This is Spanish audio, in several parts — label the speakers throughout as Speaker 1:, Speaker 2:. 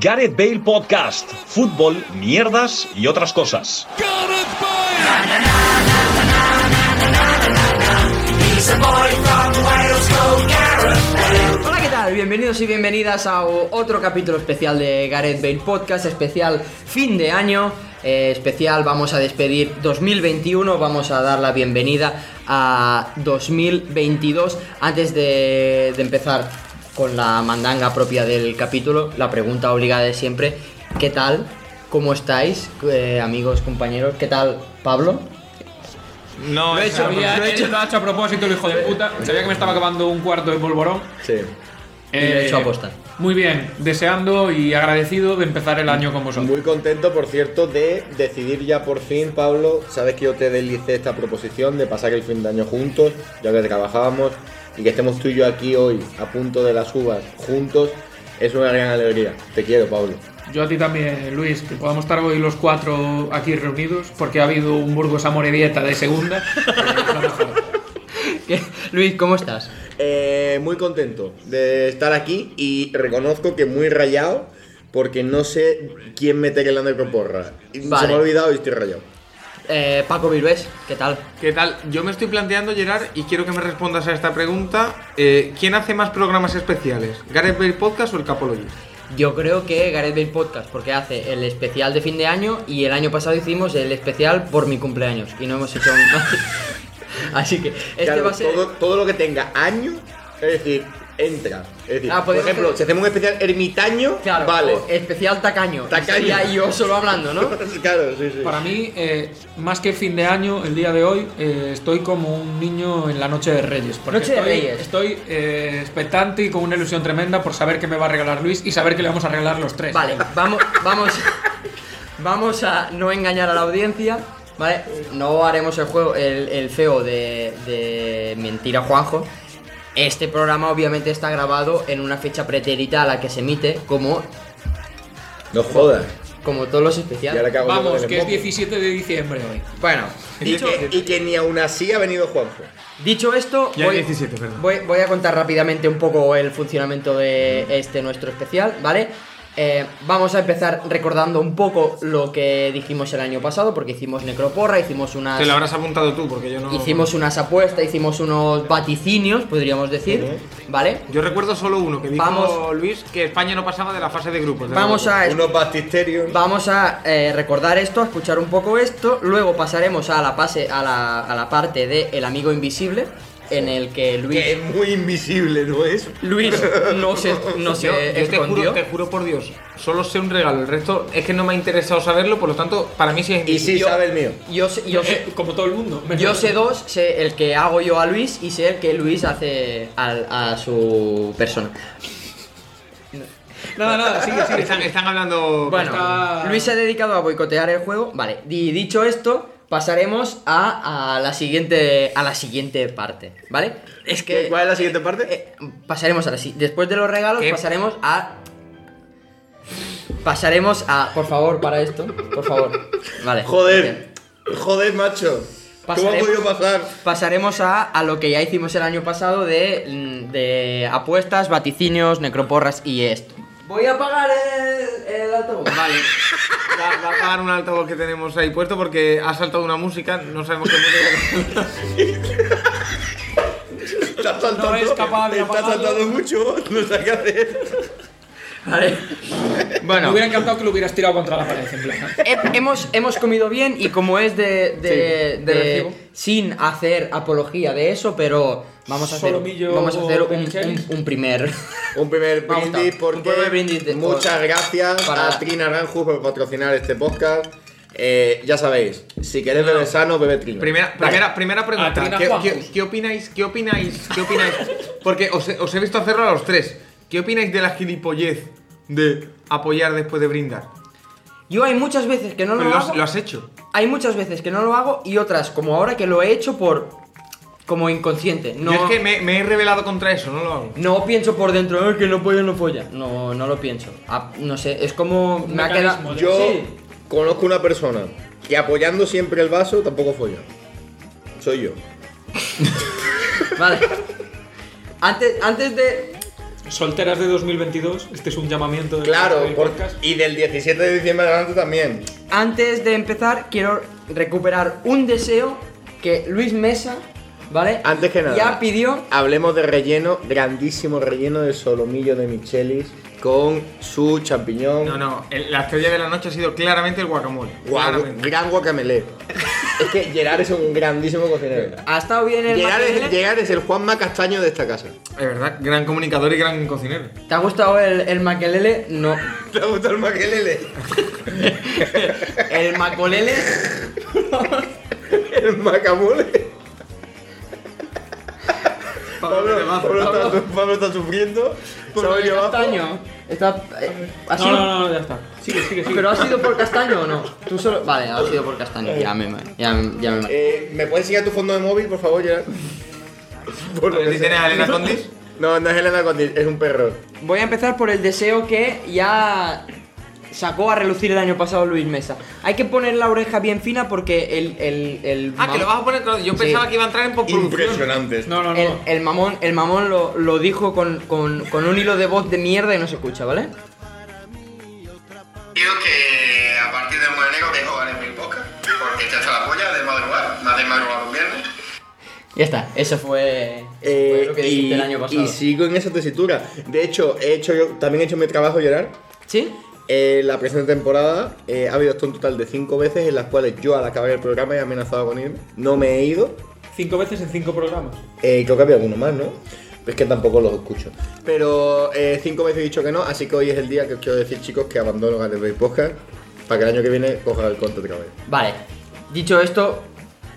Speaker 1: Gareth Bale Podcast, fútbol, mierdas y otras cosas.
Speaker 2: Hola, ¿qué tal? Bienvenidos y bienvenidas a otro capítulo especial de Gareth Bale Podcast, especial fin de año, eh, especial vamos a despedir 2021, vamos a dar la bienvenida a 2022. Antes de, de empezar con la mandanga propia del capítulo, la pregunta obligada de siempre, ¿qué tal? ¿Cómo estáis, eh, amigos, compañeros? ¿Qué tal, Pablo?
Speaker 3: No,
Speaker 2: Lo he
Speaker 3: es-
Speaker 2: hecho,
Speaker 3: sabía-
Speaker 2: lo he
Speaker 3: él
Speaker 2: hecho.
Speaker 3: lo ha hecho a propósito, el hijo de puta. Sabía que me estaba acabando un cuarto de polvorón. Eh,
Speaker 4: Sí.
Speaker 2: Y lo he hecho a posta.
Speaker 3: Muy bien, deseando y agradecido de empezar el año con vosotros.
Speaker 4: Muy contento, por cierto, de decidir ya por fin, Pablo. Sabes que yo te deslicé esta proposición de pasar el fin de año juntos, ya que trabajábamos, y que estemos tú y yo aquí hoy, a punto de las uvas, juntos, es una gran alegría. Te quiero, Pablo.
Speaker 3: Yo a ti también, Luis, que podamos estar hoy los cuatro aquí reunidos, porque ha habido un Burgos Amorebieta de segunda. Lo mejor.
Speaker 2: ¿Qué? Luis, ¿cómo estás?
Speaker 4: Eh, muy contento de estar aquí y reconozco que muy rayado, porque no sé quién meter el under con porra. Y Se
Speaker 2: Vale.
Speaker 4: me ha olvidado y estoy rayado.
Speaker 2: Eh, Paco Virués, ¿qué tal?
Speaker 5: ¿Qué tal? Yo me estoy planteando, Gerard, y quiero que me respondas a esta pregunta. eh, ¿Quién hace más programas especiales? ¿Gareth Bale Podcast o el Capologist?
Speaker 2: Yo creo que Gareth Bale Podcast, porque hace el especial de fin de año y el año pasado hicimos el especial por mi cumpleaños y no hemos hecho un... Así que este
Speaker 4: Claro,
Speaker 2: va a ser...
Speaker 4: todo, todo lo que tenga año, es decir, entra. Es decir,
Speaker 2: Ah,
Speaker 4: por
Speaker 2: podemos
Speaker 4: ejemplo,
Speaker 2: hacer-
Speaker 4: si hacemos un especial ermitaño,
Speaker 2: Claro,
Speaker 4: vale.
Speaker 2: o especial tacaño.
Speaker 4: Tacaño.
Speaker 2: Y sería yo solo hablando, ¿no?
Speaker 4: claro, sí, sí.
Speaker 3: Para mí, eh, más que fin de año, el día de hoy, eh, estoy como un niño en la noche de Reyes. porque
Speaker 2: Noche de
Speaker 3: estoy,
Speaker 2: Reyes.
Speaker 3: Estoy eh, expectante y con una ilusión tremenda por saber qué me va a regalar Luis y saber que le vamos a regalar los tres.
Speaker 2: Vale, vamos, vamos, vamos a no engañar a la audiencia, ¿vale? No haremos el juego, el, el feo de, de mentir a Juanjo. Este programa obviamente está grabado en una fecha pretérita a la que se emite, como,
Speaker 4: No jodas.
Speaker 2: como todos los
Speaker 4: Y
Speaker 2: especiales.
Speaker 4: ahora que hago yo
Speaker 3: Vamos,
Speaker 4: con el
Speaker 3: que es
Speaker 4: moco.
Speaker 3: 17 de diciembre hoy.
Speaker 2: Bueno,
Speaker 4: Y
Speaker 2: dicho,
Speaker 4: que, y que ni aún así ha venido Juanjo.
Speaker 2: dicho esto,
Speaker 5: Ya
Speaker 2: voy,
Speaker 5: 17, perdón.
Speaker 2: voy- voy a contar rápidamente un poco el funcionamiento de este nuestro especial, ¿vale? Eh, vamos a empezar recordando un poco lo que dijimos el año pasado, porque hicimos Necroporra, hicimos unas...
Speaker 5: Te lo habrás apuntado tú, porque yo no.
Speaker 2: Hicimos unas apuestas, hicimos unos vaticinios, podríamos decir, ¿vale?
Speaker 5: Yo recuerdo solo uno que dijo
Speaker 2: Vamos.
Speaker 5: Luis que España no pasaba de la fase de grupos. de la
Speaker 2: Vamos
Speaker 5: Copa.
Speaker 2: a,
Speaker 4: Unos baptisterios.
Speaker 2: vamos a eh, recordar esto, a escuchar un poco esto, luego pasaremos a la, pase, a la, a la parte de El Amigo Invisible, en el que Luis...
Speaker 4: que es muy invisible, ¿no es?
Speaker 2: Luis no se, no se
Speaker 5: Yo- yo te
Speaker 2: escondió.
Speaker 5: juro, te juro por Dios, solo sé un regalo. El resto es que no me ha interesado saberlo, por lo tanto, para mí sí es
Speaker 4: Y sí
Speaker 5: invisible.
Speaker 4: sabe el mío.
Speaker 2: Yo sé, yo, sé,
Speaker 3: Eh, como todo el mundo.
Speaker 2: yo sé dos, sé el que hago yo a Luis y sé el que Luis hace al- a su persona.
Speaker 3: Nada, nada, sigue, sigue.
Speaker 5: Están, están hablando.
Speaker 2: Bueno,
Speaker 3: Está-
Speaker 2: Luis se ha dedicado a boicotear el juego. Vale, y dicho esto, pasaremos a, a la siguiente a la siguiente parte, ¿vale? Es que
Speaker 4: ¿Cuál es la siguiente parte?
Speaker 2: eh, pasaremos a la si- después de los regalos
Speaker 5: ¿Qué?
Speaker 2: pasaremos a pasaremos a por favor para esto, por favor. Vale.
Speaker 4: Joder. Joder, macho. ¿Cómo ha
Speaker 2: eh, Pasaremos-
Speaker 4: podido pasar?
Speaker 2: Pasaremos a, a lo que ya hicimos el año pasado de, mm, de apuestas, vaticinios, necroporras y esto. Voy a apagar el, el
Speaker 5: Vale, va, va a apagar un altavoz que tenemos ahí puesto porque ha saltado una música, no sabemos qué música.
Speaker 4: Está saltando,
Speaker 3: es capaz de
Speaker 4: está
Speaker 3: apagarlo.
Speaker 4: saltando mucho. No sé qué hacer.
Speaker 2: Vale.
Speaker 3: Me
Speaker 2: Bueno.
Speaker 3: hubiera encantado que lo hubieras tirado contra la pared, en plan.
Speaker 2: He- hemos, hemos comido bien y como es de, de-
Speaker 5: Sí, de
Speaker 2: de-
Speaker 5: recibo.
Speaker 2: sin hacer apología de eso, pero vamos a hacer,
Speaker 3: Solomillo
Speaker 2: vamos a hacer
Speaker 3: de
Speaker 2: un,
Speaker 3: Michelis.
Speaker 2: un- un primer.
Speaker 4: Un primer
Speaker 2: Me ha gustado.
Speaker 4: brindis porque
Speaker 2: Un primer brindis de-
Speaker 4: muchas
Speaker 2: por-
Speaker 4: gracias
Speaker 2: para-
Speaker 4: a Trina Aranju por patrocinar este podcast. Eh, ya sabéis, si queréis beber sano, bebe Trina.
Speaker 5: Primera, primera, primera
Speaker 3: A
Speaker 5: pregunta.
Speaker 3: Trina
Speaker 5: ¿Qué,
Speaker 3: Juanjos.
Speaker 5: qué- qué opináis? ¿Qué opináis? ¿Qué opináis? Porque os, he- os he visto hacerlo a los tres. ¿Qué opináis de la gilipollez de apoyar después de brindar?
Speaker 2: Yo hay muchas veces que no lo,
Speaker 5: Lo, has-
Speaker 2: hago.
Speaker 5: lo has hecho.
Speaker 2: Hay muchas veces que no lo hago y otras como ahora que lo he hecho por como inconsciente. No,
Speaker 5: Yo es que me, me he revelado contra eso, no lo hago.
Speaker 2: no pienso por dentro "Eh, que no pollo no folla. No, no lo pienso. Ah, no sé, es como me ha quedado.
Speaker 3: mecanismo de-
Speaker 4: Yo
Speaker 2: Sí.
Speaker 4: conozco una persona que apoyando siempre el vaso tampoco folla. Soy yo.
Speaker 2: Vale. Antes, antes de.
Speaker 3: Solteras de 2022, este es un llamamiento del-
Speaker 4: Claro,
Speaker 3: del
Speaker 4: por-
Speaker 3: podcast.
Speaker 4: y del 17 de diciembre adelante también.
Speaker 2: Antes de empezar, quiero recuperar un deseo que Luis Mesa, ¿vale?
Speaker 4: Antes que nada.
Speaker 2: Ya pidió.
Speaker 4: Hablemos de relleno, grandísimo relleno de solomillo de Michelis con su champiñón.
Speaker 5: No, no, el- la estrella de la noche ha sido claramente el guacamole.
Speaker 4: Guau,
Speaker 5: claramente.
Speaker 4: gran guacamele. es que Gerard es un grandísimo cocinero.
Speaker 2: ¿Ha estado bien el
Speaker 4: Gerard es,
Speaker 2: matinele?
Speaker 4: Gerard es el Juan Macastaño de esta casa.
Speaker 5: Es verdad, gran comunicador y gran cocinero.
Speaker 2: ¿Te ha gustado el, el maquelele? No.
Speaker 4: ¿Te ha gustado el maquelele?
Speaker 2: El macolele.
Speaker 4: El macamole. Pablo,
Speaker 5: Temazo.
Speaker 4: Pablo está, Pablo está sufriendo. Se ha venido abajo.
Speaker 2: castaño. Está, eh, ha
Speaker 3: No,
Speaker 2: sido-
Speaker 3: no, no, ya está. Sigue, sigue, sigue.
Speaker 2: ¿Pero ha sido por castaño o no? Tú solo. Vale, ha sido por castaño. Ya me. Ya, me- ya me-
Speaker 4: Eh, ¿Me puedes enseñar tu fondo de móvil, por favor, Gerard? Por lo
Speaker 5: A ver
Speaker 4: que
Speaker 5: si
Speaker 4: sea.
Speaker 5: tienes a Elena Condis.
Speaker 4: No, no es Elena Condit, es un perro.
Speaker 2: Voy a empezar por el deseo que ya sacó a relucir el año pasado Luis Mesa. Hay que poner la oreja bien fina porque el. el, el
Speaker 5: Ah, que lo vas a poner. claro, Yo
Speaker 2: Sí.
Speaker 5: pensaba que iba a entrar en postproducción.
Speaker 4: Impresionantes.
Speaker 3: No, no, no.
Speaker 2: el, el mamón, el mamón lo, lo dijo con, con- con un hilo de voz de mierda y no se escucha, ¿vale?
Speaker 6: Digo que a partir del 9 de enero dejo ganar mi podcast, porque esta está la polla de madrugada, más de madrugada un viernes.
Speaker 2: Ya está, eso fue, eso
Speaker 4: Eh,
Speaker 2: fue lo que dijiste
Speaker 4: y,
Speaker 2: el año pasado.
Speaker 4: y sigo en esa tesitura. De hecho, he hecho yo, también he hecho mi trabajo, Gerard.
Speaker 2: ¿Sí?
Speaker 4: Eh, la presente temporada eh, ha habido hasta un total de cinco veces en las cuales yo al acabar el programa he amenazado con irme. No me he ido.
Speaker 3: Cinco veces en cinco programas.
Speaker 4: Eh, creo que había alguno más, ¿no? Es que tampoco los escucho. Pero eh, cinco veces he dicho que no, así que hoy es el día que os quiero decir, chicos, que abandono Gareth Bale Podcast para que el año que viene coja el conto otra vez.
Speaker 2: Vale, dicho esto,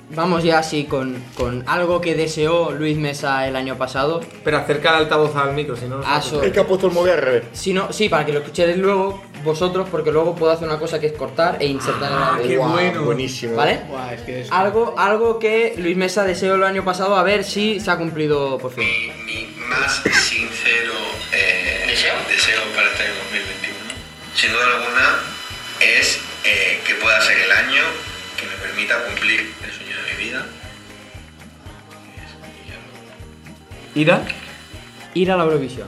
Speaker 2: vamos ya así con, con algo que deseó Luis Mesa el año pasado.
Speaker 5: Pero acerca el altavoz al micro, si no. no se
Speaker 2: Ah, so-
Speaker 4: Es que ha puesto el móvil al revés.
Speaker 2: si no, sí, para que lo escuchéis luego vosotros, porque luego puedo hacer una cosa que es cortar e insertar el audio.
Speaker 5: qué
Speaker 4: Guau,
Speaker 5: bueno.
Speaker 4: Buenísimo.
Speaker 2: ¿Vale?
Speaker 3: Buah, es que es.
Speaker 2: Algo, algo que Luis Mesa deseó el año pasado, a ver si se ha cumplido por fin.
Speaker 6: Mi, mi más sincero eh, ¿Deseo? para este año 2021, sin duda alguna, es eh, que pueda ser el año que me permita cumplir el sueño de mi vida.
Speaker 5: ¿Ira?
Speaker 2: Ir a la Eurovisión.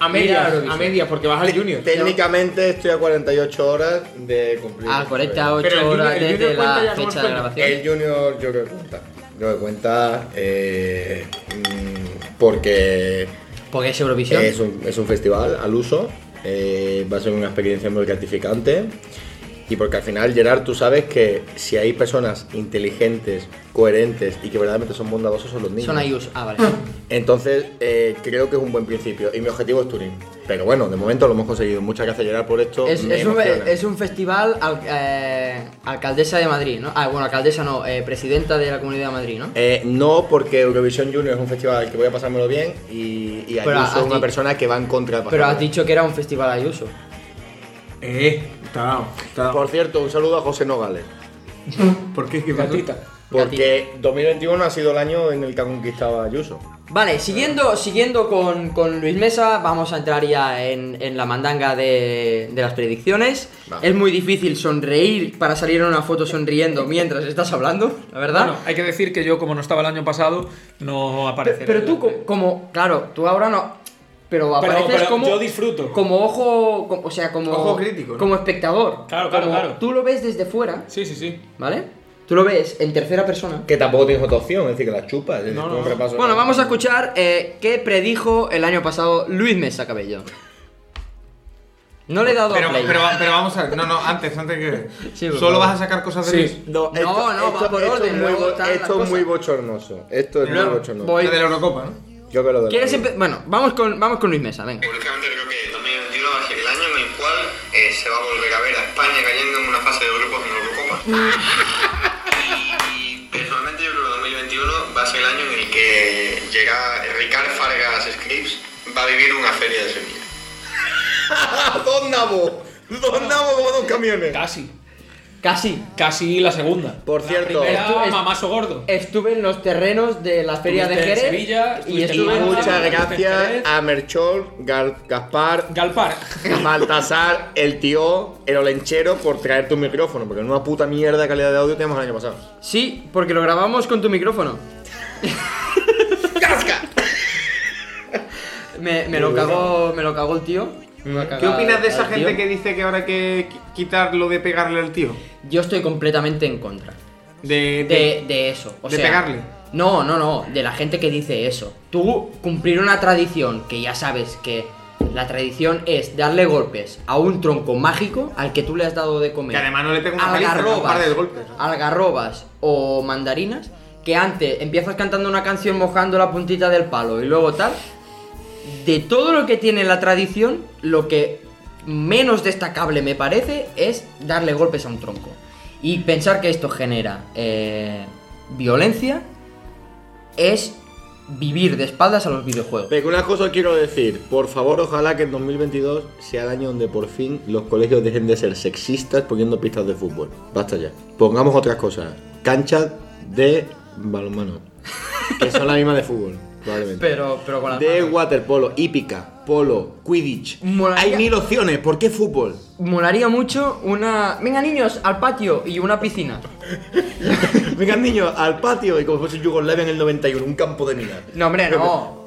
Speaker 5: A
Speaker 2: Ira
Speaker 5: medias,
Speaker 2: Eurovisión.
Speaker 5: a medias, porque vas al Junior.
Speaker 4: Técnicamente estoy a 48 horas de cumplir.
Speaker 2: A
Speaker 4: el
Speaker 2: 48
Speaker 5: Pero el Junior-
Speaker 2: horas
Speaker 5: el
Speaker 2: desde
Speaker 5: Junior cuenta
Speaker 2: la
Speaker 5: ya como
Speaker 2: fecha de
Speaker 5: sueño.
Speaker 2: grabación.
Speaker 4: El Junior yo creo que cuenta. Yo creo que cuenta eh, mm, porque
Speaker 2: Porque es Eurovisión.
Speaker 4: es un, es un festival al uso, eh, va a ser una experiencia muy gratificante y porque al final, Gerard, tú sabes que si hay personas inteligentes, coherentes y que verdaderamente son bondadosos son los niños.
Speaker 2: Son Ayuso. Ah, vale.
Speaker 4: Entonces, eh, creo que es un buen principio y mi objetivo es Turín. Pero bueno, de momento lo hemos conseguido. Muchas gracias, Gerard, por esto.
Speaker 2: Es,
Speaker 4: Me
Speaker 2: es un,
Speaker 4: emociona.
Speaker 2: es un festival al- eh, alcaldesa de Madrid, ¿no? Ah, bueno, alcaldesa no, eh, presidenta de la Comunidad de Madrid, ¿no?
Speaker 4: Eh, no, porque Eurovisión Junior es un festival al que voy a pasármelo bien y, y
Speaker 2: Pero
Speaker 4: Ayuso
Speaker 2: has
Speaker 4: es una
Speaker 2: di-
Speaker 4: persona que va en contra de
Speaker 2: Pero
Speaker 4: pasármelo
Speaker 2: has dicho que era un festival Ayuso.
Speaker 5: Eh, está dado. Está
Speaker 4: bien.
Speaker 5: dado.
Speaker 4: Por cierto, un saludo a José Nogales.
Speaker 5: ¿Por qué? ¿Qué pasa?
Speaker 3: Gatita.
Speaker 4: Porque 2021 ha sido el año en el que ha conquistado a Ayuso.
Speaker 2: Vale, siguiendo, siguiendo con, con Luis Mesa, vamos a entrar ya en, en la mandanga de, de las predicciones.
Speaker 4: Va.
Speaker 2: Es muy difícil sonreír para salir en una foto sonriendo mientras estás hablando, la verdad.
Speaker 3: Bueno, hay que decir que yo, como no estaba el año pasado, no
Speaker 2: Pe-
Speaker 3: apareceré.
Speaker 2: pero tú
Speaker 3: delante.
Speaker 2: co- como, claro, tú ahora no, pero apareces
Speaker 3: pero
Speaker 2: como
Speaker 3: yo disfruto.
Speaker 2: como ojo, co- o sea, como
Speaker 5: Ojo crítico, ¿no?
Speaker 2: como espectador.
Speaker 3: Claro, claro,
Speaker 2: Como
Speaker 3: claro.
Speaker 2: Tú lo ves desde fuera,
Speaker 3: Sí, sí, sí.
Speaker 2: ¿vale? Tú lo ves en tercera persona.
Speaker 4: Que tampoco tienes otra opción, es decir, que la chupas. es decir,
Speaker 3: No,
Speaker 4: tú
Speaker 3: no,
Speaker 4: un
Speaker 3: no.
Speaker 4: repaso-
Speaker 2: Bueno, vamos a escuchar eh, qué predijo el año pasado Luis Mesa Cabello. No le he dado
Speaker 5: Pero,
Speaker 2: a play.
Speaker 5: pero, pero vamos a ver, no, no, antes, antes que.
Speaker 2: Sí, por
Speaker 5: Solo
Speaker 2: favor.
Speaker 5: vas a sacar cosas de
Speaker 3: Sí.
Speaker 5: Luis.
Speaker 4: No, esto,
Speaker 2: No, no,
Speaker 4: esto-
Speaker 2: va por
Speaker 4: esto
Speaker 2: orden,
Speaker 4: Es muy,
Speaker 2: luego
Speaker 4: bo-
Speaker 2: están las
Speaker 4: esto es muy
Speaker 2: cosas.
Speaker 4: bochornoso. Esto es
Speaker 5: Luego
Speaker 4: muy bochornoso.
Speaker 2: voy-
Speaker 5: La de la Eurocopa, ¿no?
Speaker 4: Yo creo lo de
Speaker 2: ¿Quieres
Speaker 4: la-
Speaker 2: empe- Bueno, vamos con, vamos con Luis Mesa, venga.
Speaker 6: Públicamente creo que 2021 va a ser el año en el cual eh, se va a volver a ver a España cayendo en una fase de grupos en Eurocopa. Y, y personalmente yo creo que 2021 va a ser el año en el que llega Ricard Fargas Scripps, va a vivir una feria de Sevilla.
Speaker 4: ¡Ah, ¡Dos nabos! ¡Dos nabos como dos camiones!
Speaker 3: Casi.
Speaker 2: Casi.
Speaker 3: Casi la segunda.
Speaker 4: Por
Speaker 3: La
Speaker 4: cierto-
Speaker 2: Estu-
Speaker 3: Primera,
Speaker 2: est-
Speaker 3: mamazo gordo.
Speaker 2: Estuve en los terrenos de la feria de
Speaker 3: Estuviste en
Speaker 2: Jerez
Speaker 3: Sevilla,
Speaker 2: y
Speaker 3: estuviste en
Speaker 4: Y
Speaker 2: estuve
Speaker 3: Málaga,
Speaker 4: muchas
Speaker 3: Málaga,
Speaker 4: gracias
Speaker 3: Jerez.
Speaker 4: a Merchol, Gal- Gaspar,
Speaker 3: Galpar.
Speaker 4: Baltasar, el tío, el olenchero, por traer tu micrófono, porque en una puta mierda de calidad de audio teníamos el año pasado.
Speaker 2: Sí, porque lo grabamos con tu micrófono. me, me lo cagó, me lo cagó el tío.
Speaker 5: ¿Qué opinas de esa
Speaker 2: Al
Speaker 5: gente
Speaker 2: tío.
Speaker 5: que dice que ahora hay que qui- quitar lo de pegarle al tío?
Speaker 2: Yo estoy completamente en contra
Speaker 5: De,
Speaker 2: de, de eso. O
Speaker 5: de
Speaker 2: sea,
Speaker 5: pegarle.
Speaker 2: No, no, no, de la gente que dice eso. Tú cumplir una tradición que ya sabes que la tradición es darle golpes a un tronco mágico al que tú le has dado de comer.
Speaker 5: Que además no le pega una paliza,
Speaker 2: algarrobas,
Speaker 5: un par de golpes.
Speaker 2: algarrobas o mandarinas que antes empiezas cantando una canción mojando la puntita del palo y luego tal. De todo lo que tiene la tradición, lo que menos destacable me parece es darle golpes a un tronco. Y pensar que esto genera eh, violencia es vivir de espaldas a los videojuegos.
Speaker 4: Pero que una cosa os quiero decir, por favor, ojalá que en 2022 sea el año donde por fin los colegios dejen de ser sexistas poniendo pistas de fútbol. Basta ya. Pongamos otras cosas. Canchas de balonmano, que son las mismas de fútbol, probablemente.
Speaker 2: Pero, pero con la
Speaker 4: de waterpolo, hípica, polo, quidditch.
Speaker 2: Molaría-
Speaker 4: Hay mil opciones, ¿por qué fútbol?
Speaker 2: Molaría mucho una... Venga niños, al patio y una piscina.
Speaker 4: Vengan niños, al patio y como fuese Yugoslavia en el 91, un campo de minas.
Speaker 2: No, hombre, no.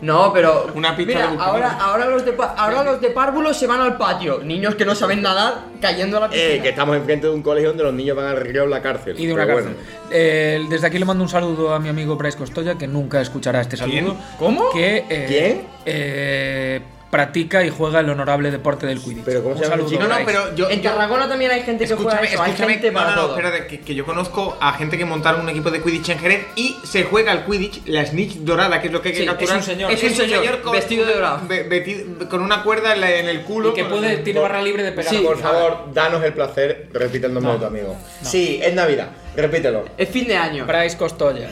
Speaker 2: No, pero.
Speaker 5: Una pista
Speaker 2: Mira,
Speaker 5: de buceo.
Speaker 2: ahora, ahora, los de pa- ahora los de párvulos se van al patio. Niños que no saben nadar cayendo a la piscina.
Speaker 4: Eh, que estamos enfrente de un colegio donde los niños van al río o la cárcel.
Speaker 7: Y de una
Speaker 4: pero
Speaker 7: cárcel. Eh, desde aquí le mando un saludo a mi amigo Bryce Costoya, que nunca escuchará este saludo.
Speaker 5: ¿Quién?
Speaker 2: ¿Cómo?
Speaker 7: Que, eh,
Speaker 4: ¿Quién?
Speaker 7: eh, practica y juega el honorable deporte del Quidditch.
Speaker 4: Pero ¿cómo
Speaker 7: Un
Speaker 4: se llama el
Speaker 7: saludo,
Speaker 4: chico?
Speaker 5: No, no,
Speaker 7: Bryce.
Speaker 5: pero yo.
Speaker 2: en
Speaker 5: yo-
Speaker 2: Tarragona también hay gente que juega
Speaker 5: Escúchame,
Speaker 2: eso. Hay
Speaker 5: escúchame.
Speaker 2: gente
Speaker 5: no,
Speaker 2: para
Speaker 5: no, no,
Speaker 2: todo.
Speaker 5: espérate, que, que yo conozco a gente que montaron un equipo de Quidditch en Jerez y se juega al Quidditch, la snitch dorada, que es lo que hay que
Speaker 2: Sí,
Speaker 5: capturar.
Speaker 7: es un señor.
Speaker 2: Es un señor vestido de dorado.
Speaker 5: ve- veti- con una cuerda en, la- en el culo.
Speaker 7: Y que
Speaker 5: con-
Speaker 7: puede, tiene barra libre de pegar
Speaker 2: Sí.
Speaker 7: a
Speaker 4: Por
Speaker 7: golpe.
Speaker 4: favor, danos el placer, repite el nombre de tu amigo. Sí, es Navidad, repítelo.
Speaker 2: Es fin de año.
Speaker 7: Bryce Costoya.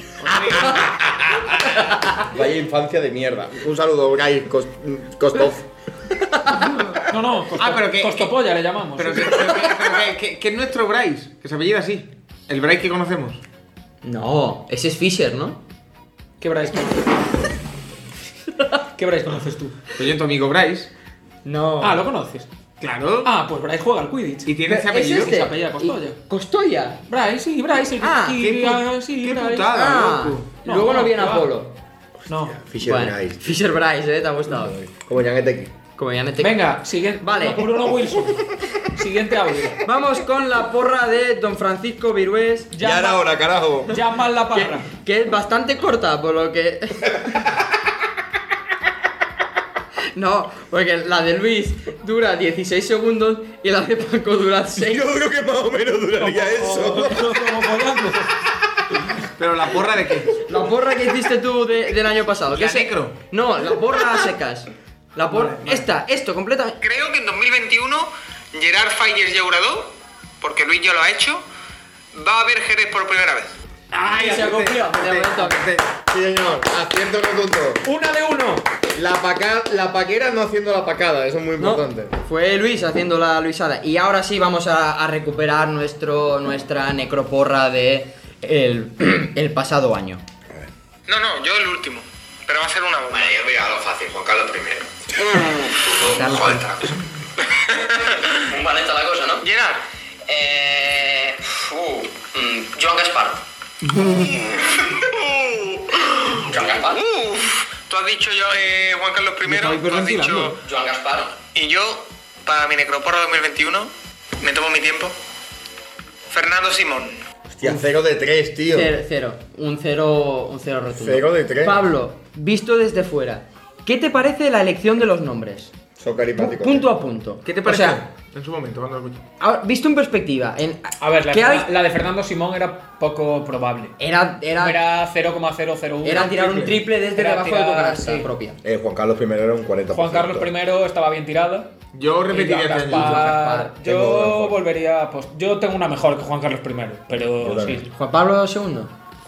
Speaker 4: Vaya infancia de mierda. Un saludo, Bryce Kos- Kostov.
Speaker 7: No, no, costo-
Speaker 5: Ah, pero que-
Speaker 7: Costopolla le llamamos.
Speaker 5: Pero, que, pero que- pero que- que- que es nuestro Bryce, que se apellida así. El Bryce que conocemos.
Speaker 2: No, ese es Fisher, ¿no?
Speaker 7: ¿Qué Bryce conoces? ¿Qué Bryce conoces tú?
Speaker 5: Soy Pues yo tu amigo Bryce.
Speaker 2: No.
Speaker 7: Ah, ¿lo conoces?
Speaker 5: Claro.
Speaker 7: Ah, pues Bryce juega al Quidditch.
Speaker 5: Y tiene ese apellido.
Speaker 7: este? Se apellida Costoya.
Speaker 2: Y- Costoya.
Speaker 7: Bryce, sí, Bryce. El
Speaker 2: Ah,
Speaker 7: que-
Speaker 5: qué pu-
Speaker 7: ah, sí,
Speaker 5: qué
Speaker 7: Bryce.
Speaker 5: putada. Ah,
Speaker 2: Ah,
Speaker 5: loco.
Speaker 7: No,
Speaker 2: luego no viene
Speaker 7: no,
Speaker 2: Apolo.
Speaker 7: No.
Speaker 4: Fisher
Speaker 2: Bueno,
Speaker 4: Bryce.
Speaker 2: Fisher Bryce, ¿eh? ¿Te ha gustado?
Speaker 4: Como este- Yanetek.
Speaker 2: Como ya no te...
Speaker 7: Venga, siguiente.
Speaker 2: Vale.
Speaker 7: Bruno Wilson. siguiente audio.
Speaker 2: Vamos con la porra de Don Francisco Virués.
Speaker 7: Llama-
Speaker 4: carajo.
Speaker 7: Llama a la parra.
Speaker 2: Que es bastante corta, por lo que. No, porque la de Luis dura 16 segundos y la de Paco dura 6.
Speaker 4: creo que más o menos duraría eso.
Speaker 7: Como Polanco.
Speaker 5: Pero la porra de qué.
Speaker 2: La porra que hiciste tú de- del año pasado. ¿qué
Speaker 5: La
Speaker 2: se-
Speaker 5: necro.
Speaker 2: No, la porra a secas. La porra. Esta, esto, completamente.
Speaker 6: Creo que en 2021 Gerard Fayers y Auradó, porque Luis ya lo ha hecho, va a ver Jerez por primera vez.
Speaker 2: ¡Ay, se
Speaker 5: Este,
Speaker 2: cumplió! De momento.
Speaker 4: Sí, señor, acierto rotundo.
Speaker 7: Una de uno.
Speaker 4: La, paca- la paquera no haciendo la pacada, eso es muy
Speaker 2: No,
Speaker 4: importante.
Speaker 2: fue Luis haciendo la Luisada. Y ahora sí vamos a, a recuperar nuestro, nuestra necroporra de el, el pasado año.
Speaker 6: No, no, yo el último. Pero va a ser una bomba.
Speaker 8: Bueno, yo mira lo fácil, Juan Carlos primero.
Speaker 2: Carlos.
Speaker 8: Joder, está la cosa.
Speaker 9: Un valenta la cosa, ¿no?
Speaker 6: Gerard,
Speaker 9: Eh. Uh, mm, Joan Gaspar. Joan Gaspar.
Speaker 6: uff, tú has dicho yo, eh, Juan Carlos I,
Speaker 5: estaba
Speaker 6: tú has dicho.
Speaker 5: hiperventilando.
Speaker 9: Joan Gaspar.
Speaker 6: Y yo, para mi necroporra 2021, me tomo mi tiempo. Fernando Simón.
Speaker 4: Hostia, 0 de 3, tío.
Speaker 2: Cero, cero. Un cero, un cero rotundo.
Speaker 4: Cero de tres.
Speaker 2: Pablo, visto desde fuera, ¿qué te parece la elección de los nombres?
Speaker 4: Son eh.
Speaker 2: Pu-
Speaker 4: caripáticos.
Speaker 2: punto a punto.
Speaker 5: ¿Qué te
Speaker 2: O
Speaker 5: parece?
Speaker 2: sea,
Speaker 5: en su momento, cuando lo escuché.
Speaker 2: ahora, visto en perspectiva, en,
Speaker 7: A ver, la,
Speaker 2: ¿qué
Speaker 7: de-
Speaker 2: hay?
Speaker 7: la de Fernando Simón era poco probable.
Speaker 2: Era, era, era,
Speaker 7: Era 0,001.
Speaker 2: tirar un triple desde
Speaker 7: Era
Speaker 2: debajo de tu
Speaker 7: tirar-
Speaker 2: canasta
Speaker 7: sí.
Speaker 2: propia.
Speaker 4: Eh, Juan Carlos I era un 40%.
Speaker 7: Juan Carlos I estaba bien tirada.
Speaker 5: Yo repetiría
Speaker 7: Y Joan
Speaker 5: este año.
Speaker 7: Gaspar.
Speaker 4: Gaspar. Tengo una
Speaker 7: Yo
Speaker 4: mejor.
Speaker 7: volvería a post- Yo tengo una mejor que Juan Carlos I,
Speaker 4: Yo
Speaker 7: pero
Speaker 4: también.
Speaker 7: sí,
Speaker 2: Juan Pablo II.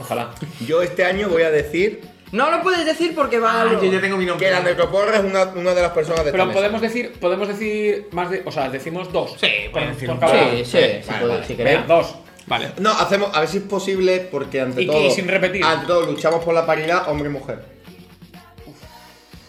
Speaker 7: ojalá.
Speaker 4: Yo este año voy a decir
Speaker 2: No lo puedes decir porque va
Speaker 5: Ah,
Speaker 2: algo.
Speaker 5: yo ya tengo mi nombre.
Speaker 4: que la necroporra es una, una de las personas de esta
Speaker 7: Pero
Speaker 4: mesa.
Speaker 7: podemos decir, podemos decir más de, o sea, decimos dos.
Speaker 5: Sí, pueden decir un-
Speaker 7: cada-
Speaker 2: Sí, sí, sí, puede- si queréis.
Speaker 7: Venga, dos. Vale.
Speaker 4: No, hacemos, a ver si es posible, porque ante
Speaker 7: Y- y
Speaker 4: todo.
Speaker 7: sin repetir.
Speaker 4: Ante todo, luchamos por la paridad hombre y mujer.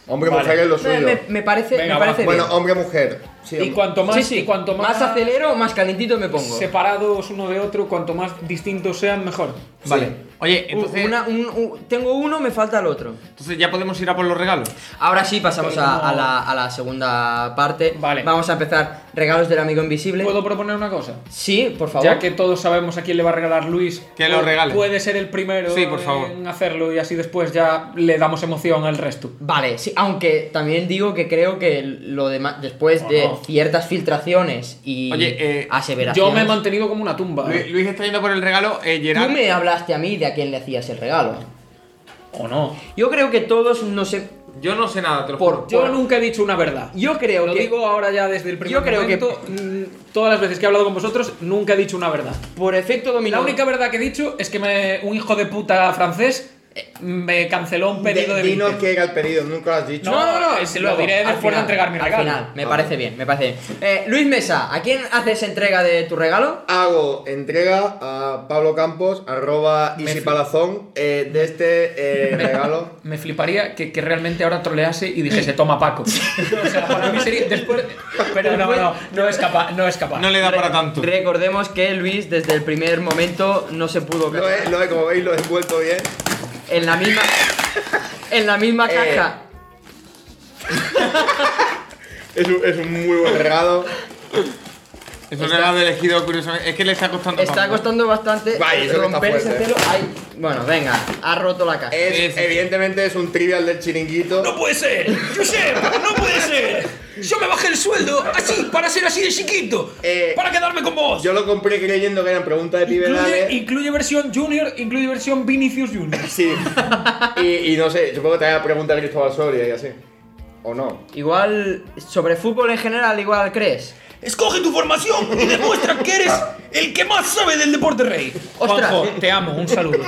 Speaker 4: Hombre y
Speaker 7: Vale.
Speaker 4: mujer es lo suyo.
Speaker 2: me, me- me parece,
Speaker 7: Venga,
Speaker 2: me
Speaker 7: va.
Speaker 2: parece
Speaker 4: bueno,
Speaker 2: bien.
Speaker 4: hombre y mujer. Sí,
Speaker 3: Y cuanto más,
Speaker 2: Sí, sí.
Speaker 3: y cuanto más,
Speaker 2: más acelero, más calentito me pongo.
Speaker 3: separados uno de otro, cuanto más distintos sean, mejor.
Speaker 5: Vale. Oye, entonces,
Speaker 2: Uh, Una- un- un- tengo uno, me falta el otro.
Speaker 5: entonces ya podemos ir a por los regalos.
Speaker 2: Ahora sí, pasamos a,
Speaker 3: Como-
Speaker 2: a la, a la segunda parte.
Speaker 3: Vale.
Speaker 2: Vamos a empezar regalos del amigo invisible.
Speaker 3: ¿Puedo proponer una cosa?
Speaker 2: Sí, por favor.
Speaker 3: Ya que todos sabemos a quién le va a regalar Luis,
Speaker 5: Que lo
Speaker 3: pu-
Speaker 5: regale.
Speaker 3: Puede ser el primero
Speaker 5: Sí, por favor.
Speaker 3: en hacerlo y así después ya le damos emoción al resto.
Speaker 2: Vale, sí, aunque también digo que creo que lo demás, después
Speaker 3: O
Speaker 2: de
Speaker 3: no.
Speaker 2: ciertas filtraciones y
Speaker 5: Oye, eh,
Speaker 2: aseveraciones.
Speaker 3: Yo me he mantenido como una tumba. ¿eh?
Speaker 5: Lu- Luis está yendo por el regalo, eh,
Speaker 2: Tú
Speaker 5: Gerard.
Speaker 2: me hablaste a mí de a quién le hacías el regalo.
Speaker 3: ¿O no?
Speaker 2: Yo creo que todos, no sé.
Speaker 5: Yo no sé nada, te lo
Speaker 2: Por-
Speaker 5: juro.
Speaker 3: Yo
Speaker 2: Bueno.
Speaker 3: nunca he dicho una verdad.
Speaker 2: Yo creo
Speaker 3: Lo
Speaker 2: que.
Speaker 3: digo ahora ya desde el primer
Speaker 2: Yo creo que-
Speaker 3: momento. mm, Todas las veces que he hablado con vosotros, nunca he dicho una verdad.
Speaker 2: Por efecto dominó.
Speaker 3: La única verdad que he dicho es que me- un hijo de puta francés eh, me canceló un pedido de,
Speaker 4: Di- dinos
Speaker 3: 20.
Speaker 4: qué era el pedido, nunca lo has dicho.
Speaker 2: No, no, no,
Speaker 3: eh, se lo
Speaker 2: luego,
Speaker 3: diré
Speaker 2: al
Speaker 3: después de
Speaker 2: final,
Speaker 3: entregar mi
Speaker 2: al
Speaker 3: regalo.
Speaker 2: final, me
Speaker 4: Ah,
Speaker 2: parece bien, me parece bien. Eh, Luis Mesa, ¿a quién haces entrega de tu regalo?
Speaker 4: Hago entrega a Pablo Campos, arroba
Speaker 3: Me fl-
Speaker 4: EasyPalazón, eh, de este eh, regalo.
Speaker 3: Me fliparía que, que realmente ahora trolease y dijese, toma Paco. o sea, para mí sería. Después. Pero no, no, no es capaz, no es capaz.
Speaker 5: No le da para tanto.
Speaker 2: Recordemos que Luis desde el primer momento no se pudo
Speaker 4: Lo he- lo he- como veis, lo he envuelto bien.
Speaker 2: en la misma en la misma
Speaker 4: Eh,
Speaker 2: caja.
Speaker 4: Es un, es un muy buen regalo.
Speaker 5: Es un
Speaker 2: Está-
Speaker 5: regalo elegido curiosamente. Es que le está costando.
Speaker 2: Está
Speaker 5: pavo.
Speaker 2: costando bastante
Speaker 4: Vaya, eso que está
Speaker 2: romper ese
Speaker 4: fuerte, eh.
Speaker 2: celo. Ay, bueno, venga, ha roto la caja.
Speaker 4: Es,
Speaker 5: Sí, sí, sí.
Speaker 4: evidentemente es un trivial del chiringuito.
Speaker 3: puede ser! ¡Josep! ¡No puede ser! Yo me bajé el sueldo así, para ser así de chiquito.
Speaker 4: Eh, para
Speaker 3: quedarme con vos.
Speaker 4: Yo lo compré creyendo que eran preguntas de
Speaker 3: Incluye,
Speaker 4: pibedales.
Speaker 3: incluye versión Junior, incluye versión Vinicius Junior.
Speaker 4: Sí. Y, y no sé, supongo que te voy a preguntar a Cristóbal Soria y así. ¿O no?
Speaker 2: Igual sobre fútbol en general igual crees.
Speaker 3: Escoge tu formación y demuestra que eres el que más sabe del deporte rey.
Speaker 2: Ostras.
Speaker 3: Juanjo, eh, te amo, un saludo.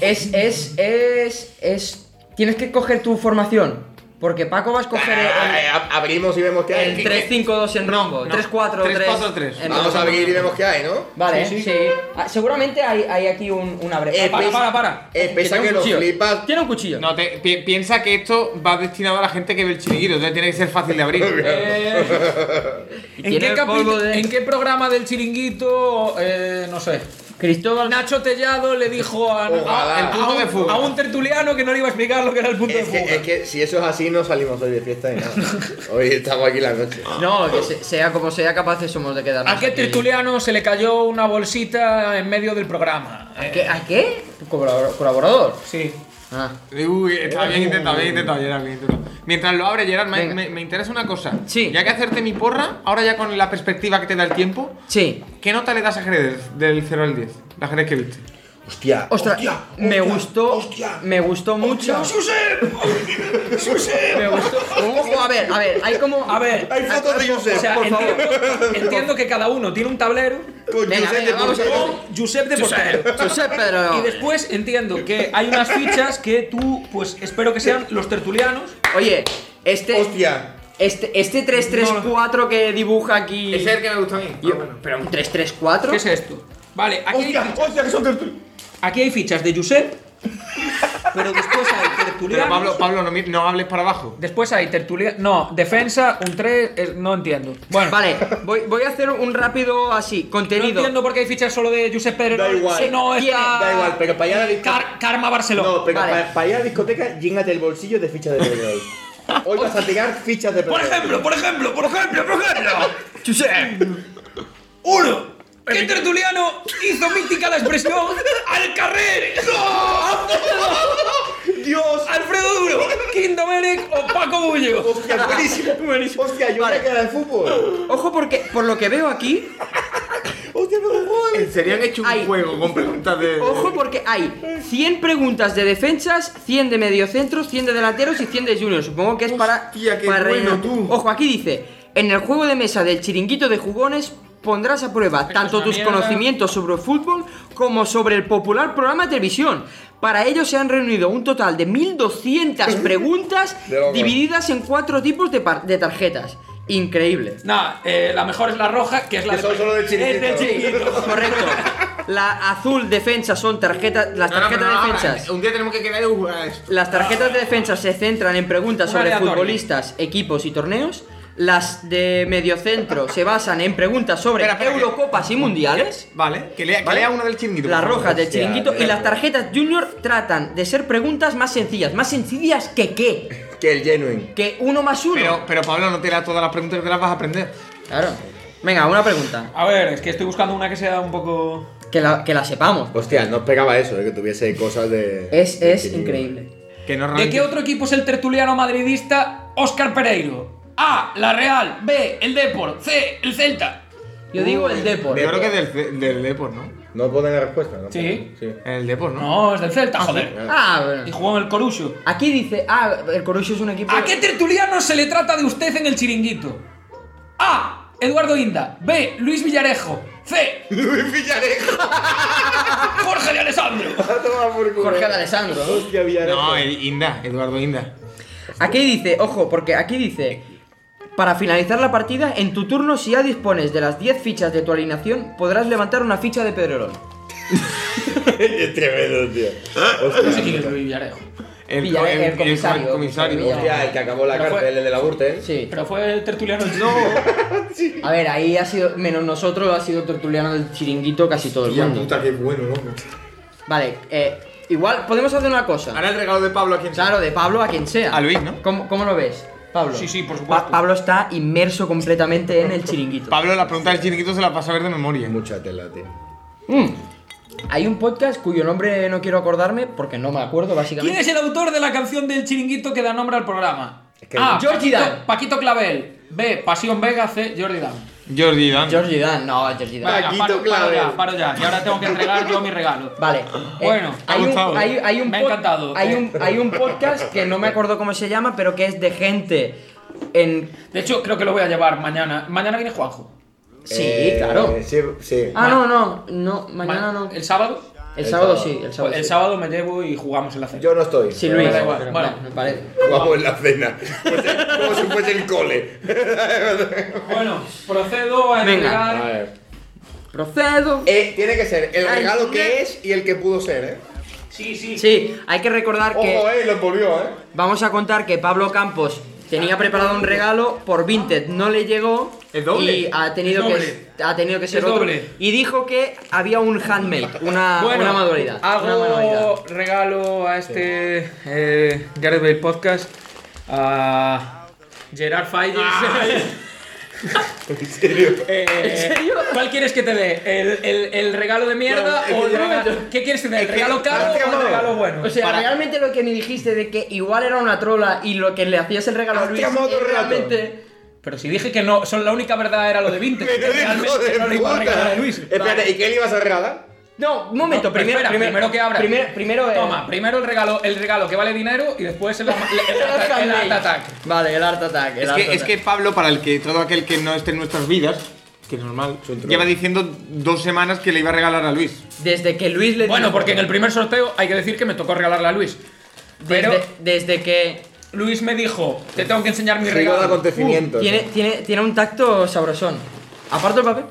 Speaker 2: Es es es es tienes que coger tu formación porque Paco va a escoger el-
Speaker 4: Ah, eh, ab- abrimos y vemos qué hay.
Speaker 2: el, 3-5-2 en rombo,
Speaker 5: no.
Speaker 2: 3-4-3
Speaker 5: 3-4-3.
Speaker 2: en
Speaker 4: Vamos
Speaker 2: rombo.
Speaker 4: a abrir y vemos qué hay, ¿no?
Speaker 2: Vale,
Speaker 3: Sí,
Speaker 2: sí.
Speaker 3: sí.
Speaker 2: Ah, seguramente hay, hay aquí un, una brecha.
Speaker 4: Eh,
Speaker 3: Para,
Speaker 4: pesa-
Speaker 3: para, para.
Speaker 4: eh, pesa que, lo flipas.
Speaker 2: Tiene un cuchillo.
Speaker 5: No, te, pi- piensa que esto va destinado a la gente que ve el chiringuito, entonces tiene que ser fácil de abrir.
Speaker 3: Eh,
Speaker 2: Y
Speaker 3: ¿en,
Speaker 2: tiene
Speaker 3: qué
Speaker 2: el polvo
Speaker 3: capítulo-
Speaker 2: de-
Speaker 3: en qué programa del chiringuito? eh, no sé.
Speaker 2: Cristóbal
Speaker 3: Nacho Tellado le dijo a,
Speaker 4: Ojalá.
Speaker 3: a-
Speaker 5: El punto
Speaker 3: a un,
Speaker 5: de fuga.
Speaker 3: a un tertuliano que no le iba a explicar lo que era el punto
Speaker 4: Es
Speaker 3: de
Speaker 4: que,
Speaker 3: fuga.
Speaker 4: es que si eso es así, no salimos hoy de fiesta ni nada. Hoy estamos aquí la noche.
Speaker 2: No, que se- sea como sea, capaces somos de quedarnos.
Speaker 3: ¿A qué
Speaker 2: aquí.
Speaker 3: tertuliano se le cayó una bolsita en medio del programa? Eh,
Speaker 2: ¿A qué? ¿A qué? ¿Colabor- ¿Colaborador?
Speaker 3: sí.
Speaker 2: Ah.
Speaker 5: Uy, está bien intentado, bien intentado, Gerard, bien intentado. Mientras lo abre, Gerard, me,
Speaker 2: Venga.
Speaker 5: me- me interesa una cosa.
Speaker 2: Sí.
Speaker 5: Ya que hacerte mi porra, ahora ya con la perspectiva que te da el tiempo,
Speaker 2: Sí.
Speaker 5: ¿qué nota le das a Jerez del 0 al 10? La Jerez que viste.
Speaker 4: Hostia.
Speaker 2: Ostras, me gustó. me gustó mucho. Me gustó. Ojo, a ver, a ver, hay como.
Speaker 3: A ver,
Speaker 4: Hay fotos de Josep,
Speaker 3: o sea,
Speaker 4: por favor.
Speaker 3: entiendo, entiendo que cada uno tiene un tablero
Speaker 4: Con
Speaker 2: Venga,
Speaker 4: Josep
Speaker 2: venga,
Speaker 4: de
Speaker 2: vamos
Speaker 4: portero.
Speaker 2: con-
Speaker 3: con Josep de portero.
Speaker 2: Josep Pedro.
Speaker 3: Y después entiendo que hay unas fichas que tú, pues espero que sean los tertulianos.
Speaker 2: Oye, este.
Speaker 4: Hostia.
Speaker 2: Este, este 334 que dibuja aquí.
Speaker 5: Ese es el que me gusta a mí.
Speaker 2: Yo-
Speaker 5: Ah, bueno.
Speaker 2: pero un 334.
Speaker 3: ¿Qué es esto? Vale, aquí hay,
Speaker 4: Hostia, hostia, que son tertulianos.
Speaker 3: aquí hay fichas de Josep, pero después hay tertulianos.
Speaker 5: Pero Pablo, Pablo no, mi- no hables para abajo.
Speaker 3: Después hay tertulianos. No, defensa, un 3, no entiendo. Bueno,
Speaker 2: Vale, voy, voy a hacer un rápido así.
Speaker 3: no
Speaker 2: Contenido.
Speaker 3: entiendo por qué hay fichas solo de Josep Pedro.
Speaker 4: Da igual.
Speaker 3: Si no
Speaker 2: Tiene-
Speaker 3: está-
Speaker 4: Da igual, pero para allá la discoteca.
Speaker 3: Car- Karma Barcelona.
Speaker 4: No, pero
Speaker 2: Vale.
Speaker 4: para, ir a la discoteca, llénate el bolsillo de fichas de Pedrerol. Hoy vas a tirar fichas de Pedrerol.
Speaker 3: por ejemplo, por ejemplo, por ejemplo. Uno. ¿Qué tertuliano hizo mítica la expresión al carrer?
Speaker 4: Dios,
Speaker 3: Alfredo Duro, Quinto Merec o Paco Bullo.
Speaker 4: hostia, buenísimo. Hostia, yo voy a quedar en fútbol.
Speaker 2: Ojo, porque por lo que veo aquí,
Speaker 4: Hostia, no me jodas.
Speaker 5: Serían hecho
Speaker 2: un Ay.
Speaker 5: juego con preguntas de.
Speaker 2: Ojo porque hay 100 preguntas de defensas, 100 de mediocentros, 100 de delanteros y 100 de juniors. Supongo que es para...
Speaker 5: Hostia, qué
Speaker 2: para
Speaker 5: bueno,
Speaker 2: rellenar.
Speaker 5: tú.
Speaker 2: Ojo, aquí dice, en el juego de mesa del chiringuito de jugones pondrás a prueba tanto
Speaker 3: una
Speaker 2: tus
Speaker 3: mierda.
Speaker 2: conocimientos sobre el fútbol como sobre el popular programa de televisión. Para ello se han reunido un total de 1200 preguntas
Speaker 4: De locos.
Speaker 2: divididas en cuatro tipos de, par- de tarjetas. Increíble.
Speaker 3: Nah, eh, la mejor es la roja, que es la
Speaker 4: Que son solo de chiringuito.
Speaker 3: Es del chiringuito.
Speaker 2: Correcto. La azul defensa son tarjetas, las tarjetas defensas.
Speaker 5: Un día tenemos que quedar y jugar a esto.
Speaker 2: Las tarjetas de defensa se centran en preguntas
Speaker 3: Un
Speaker 2: sobre
Speaker 3: aleatorio.
Speaker 2: futbolistas, equipos y torneos. Las de mediocentro se basan en preguntas sobre
Speaker 5: Espera, espera, que-
Speaker 2: Eurocopas y Mundiales.
Speaker 5: Vale, que lea, que ¿Vale? lea una del chiringuito.
Speaker 2: Las
Speaker 5: por favor.
Speaker 2: rojas del
Speaker 4: hostia,
Speaker 2: chiringuito y
Speaker 4: espera,
Speaker 2: las
Speaker 4: espera.
Speaker 2: tarjetas junior tratan de ser preguntas más sencillas. ¿Más sencillas que qué?
Speaker 4: Que el genuine.
Speaker 2: Que uno más uno.
Speaker 5: Pero, pero Pablo, no te lea todas las preguntas que te las vas a aprender.
Speaker 2: Claro. Venga, una pregunta.
Speaker 3: A ver, es que estoy buscando una que sea un poco.
Speaker 2: Que la, que la sepamos.
Speaker 4: Hostia, no esperaba eso, de que tuviese cosas de.
Speaker 2: Es,
Speaker 4: de
Speaker 2: es
Speaker 4: chiringuito.
Speaker 2: increíble.
Speaker 5: Que no
Speaker 3: ¿De
Speaker 5: realmente-
Speaker 3: qué otro equipo es el tertuliano madridista Óscar Pereiro? A. La Real. B. El Depor. C. El Celta.
Speaker 2: Yo digo el Depor.
Speaker 5: Yo creo que es del, del Depor, ¿no?
Speaker 4: No ponen la respuesta, ¿no?
Speaker 3: Sí.
Speaker 5: El Depor, ¿no?
Speaker 3: No, es del Celta, joder.
Speaker 2: Ah,
Speaker 3: Y
Speaker 2: bueno.
Speaker 3: jugó en el Corucho.
Speaker 2: Aquí dice, ah, el Corucho es un equipo.
Speaker 3: ¿A qué tertuliano se le trata de usted en el chiringuito? A. Eduardo Inda. B. Luis Villarejo. C.
Speaker 5: Luis Villarejo.
Speaker 3: Jorge de Alessandro.
Speaker 2: Jorge de Alessandro.
Speaker 4: Hostia, Villarreal.
Speaker 5: No, el Inda, Eduardo Inda.
Speaker 2: Aquí dice, ojo, porque aquí dice, para finalizar la partida, en tu turno, si ya dispones de las 10 fichas de tu alineación, podrás levantar una ficha de Pedrerol.
Speaker 4: es tremendo, tío. Hostia,
Speaker 3: ¿Quién es Luis Villarejo?
Speaker 5: El,
Speaker 2: Villare- el comisario,
Speaker 5: comisario.
Speaker 2: comisario Villarreal.
Speaker 4: hostia, el que acabó la
Speaker 3: Pero fue-
Speaker 4: cárcel, el de la ¿eh? Gürtel.
Speaker 2: Sí.
Speaker 3: Pero fue el tertuliano del chiringuito.
Speaker 2: A ver, ahí ha sido, menos nosotros, ha sido tertuliano del chiringuito casi todo el
Speaker 4: Hostia,
Speaker 2: mundo.
Speaker 4: puta, Ah, qué bueno, loco.
Speaker 2: Vale, eh, igual podemos hacer una cosa.
Speaker 5: Ahora el regalo de Pablo a quien sea.
Speaker 2: Claro, de Pablo a quien sea.
Speaker 5: A Luis, ¿no?
Speaker 2: ¿Cómo, cómo lo ves, Pablo?
Speaker 3: Sí, sí, por supuesto.
Speaker 2: Pa- Pablo está inmerso completamente en el chiringuito.
Speaker 5: Pablo, las preguntas del chiringuito se las vas a ver de memoria.
Speaker 4: Mucha tela, tío.
Speaker 2: Mm. Hay un podcast cuyo nombre no quiero acordarme porque no me acuerdo,
Speaker 3: ¿Quién
Speaker 2: básicamente.
Speaker 3: es el autor de la canción del chiringuito que da nombre al programa?
Speaker 4: Es que-
Speaker 3: A.
Speaker 2: Jordi Dan.
Speaker 3: Paquito, Paquito Clavel. B. Pasión Vega. C. Jordi Dan.
Speaker 5: Jordi Dan.
Speaker 2: Georgie Dan, no, Georgie Dan.
Speaker 3: Venga,
Speaker 4: Paquito
Speaker 3: paro, paro
Speaker 4: Clavel.
Speaker 3: ya, paro ya. Y ahora tengo que entregar yo mi regalo.
Speaker 2: Vale. eh,
Speaker 3: Bueno,
Speaker 5: ha
Speaker 2: hay un,
Speaker 5: gustado.
Speaker 2: hay, hay un
Speaker 3: Me ha
Speaker 2: pod-
Speaker 3: encantado.
Speaker 2: Hay un, hay un podcast que no me acuerdo cómo se llama, pero que es de gente en.
Speaker 3: De hecho, creo que lo voy a llevar mañana. Mañana viene Juanjo.
Speaker 2: Sí,
Speaker 4: Eh,
Speaker 2: claro.
Speaker 4: Sí, sí.
Speaker 2: Ah, no, no, no, mañana
Speaker 3: Ma-
Speaker 2: no.
Speaker 3: ¿El sábado?
Speaker 2: El
Speaker 4: el
Speaker 2: sábado
Speaker 4: sábado.
Speaker 2: sí, el sábado.
Speaker 3: Pues El
Speaker 2: sí.
Speaker 3: sábado me llevo y jugamos en la cena.
Speaker 4: Yo no estoy.
Speaker 2: Sí,
Speaker 4: pero
Speaker 2: Luis.
Speaker 4: me da
Speaker 3: igual,
Speaker 2: Pero
Speaker 3: vale.
Speaker 2: bueno, me parece.
Speaker 4: Vamos en la cena. Pues, eh, Como si fuese el cole.
Speaker 3: Bueno, procedo a
Speaker 2: Venga.
Speaker 3: entregar.
Speaker 4: A ver.
Speaker 2: Procedo.
Speaker 4: Eh, tiene que ser el
Speaker 2: Ay,
Speaker 4: regalo
Speaker 2: mira.
Speaker 4: que es y el que pudo ser, ¿eh?
Speaker 3: Sí, sí.
Speaker 2: Sí, hay que recordar Ah, que.
Speaker 4: Ojo, eh, lo volvió, ¿eh?
Speaker 2: Vamos a contar que Pablo Campos tenía preparado un regalo, por Vinted no le llegó
Speaker 5: ¿Es doble?
Speaker 2: y ha tenido,
Speaker 3: Es
Speaker 2: Que, ha tenido que ser
Speaker 3: Es
Speaker 2: otro.
Speaker 3: doble.
Speaker 2: Y dijo que había un handmade, una,
Speaker 3: Bueno,
Speaker 2: Ah, una manualidad. una manualidad.
Speaker 3: hago regalo a este eh, Gareth Bale Podcast a Gerard Fayes.
Speaker 4: En serio.
Speaker 3: ¿En serio? Eh, ¿Cuál quieres que te dé? ¿El, el- el regalo de mierda
Speaker 4: No, es
Speaker 3: o el
Speaker 4: que yo-
Speaker 3: regalo... ¿Qué quieres que te dé? ¿El
Speaker 4: que-
Speaker 3: regalo caro o el
Speaker 4: Hostia,
Speaker 3: regalo
Speaker 4: no.
Speaker 3: bueno?
Speaker 2: O sea, realmente lo que me dijiste de que igual era una trola y lo que le hacías el regalo a Luis
Speaker 4: Hostia, modo
Speaker 2: es
Speaker 4: rato.
Speaker 2: realmente...
Speaker 3: Pero si dije que no, son la única verdad era lo de 20.
Speaker 4: Pero hijo de
Speaker 3: no le iba a
Speaker 4: puta.
Speaker 3: regalar a Luis.
Speaker 4: Espérate, ¿y qué le ibas a regalar?
Speaker 2: No, un momento,
Speaker 3: No,
Speaker 2: primero,
Speaker 3: espera,
Speaker 2: primero,
Speaker 3: primero que abra.
Speaker 2: Primero, primero eh. el-
Speaker 3: Toma, primero el regalo, el regalo que vale dinero y después el, el, el- el Art
Speaker 2: handmade.
Speaker 3: Attack.
Speaker 2: Vale, el Art Attack. el
Speaker 5: Es
Speaker 2: Art
Speaker 5: que, es
Speaker 2: Attack.
Speaker 5: que Pablo, para el que todo aquel que no esté en nuestras vidas, que es normal,
Speaker 4: un troll.
Speaker 5: lleva diciendo dos semanas que le iba a regalar a Luis.
Speaker 2: Desde que Luis le...
Speaker 3: Bueno,
Speaker 2: dijo-
Speaker 3: porque en el primer sorteo hay que decir que me tocó regalarla a Luis.
Speaker 2: Desde,
Speaker 3: Pero
Speaker 2: desde que...
Speaker 3: Luis me dijo, te tengo que enseñar mi
Speaker 4: Regalo de
Speaker 3: regalo.
Speaker 4: acontecimientos.
Speaker 2: Tiene, tiene, tiene un tacto sabrosón. Aparto el papel.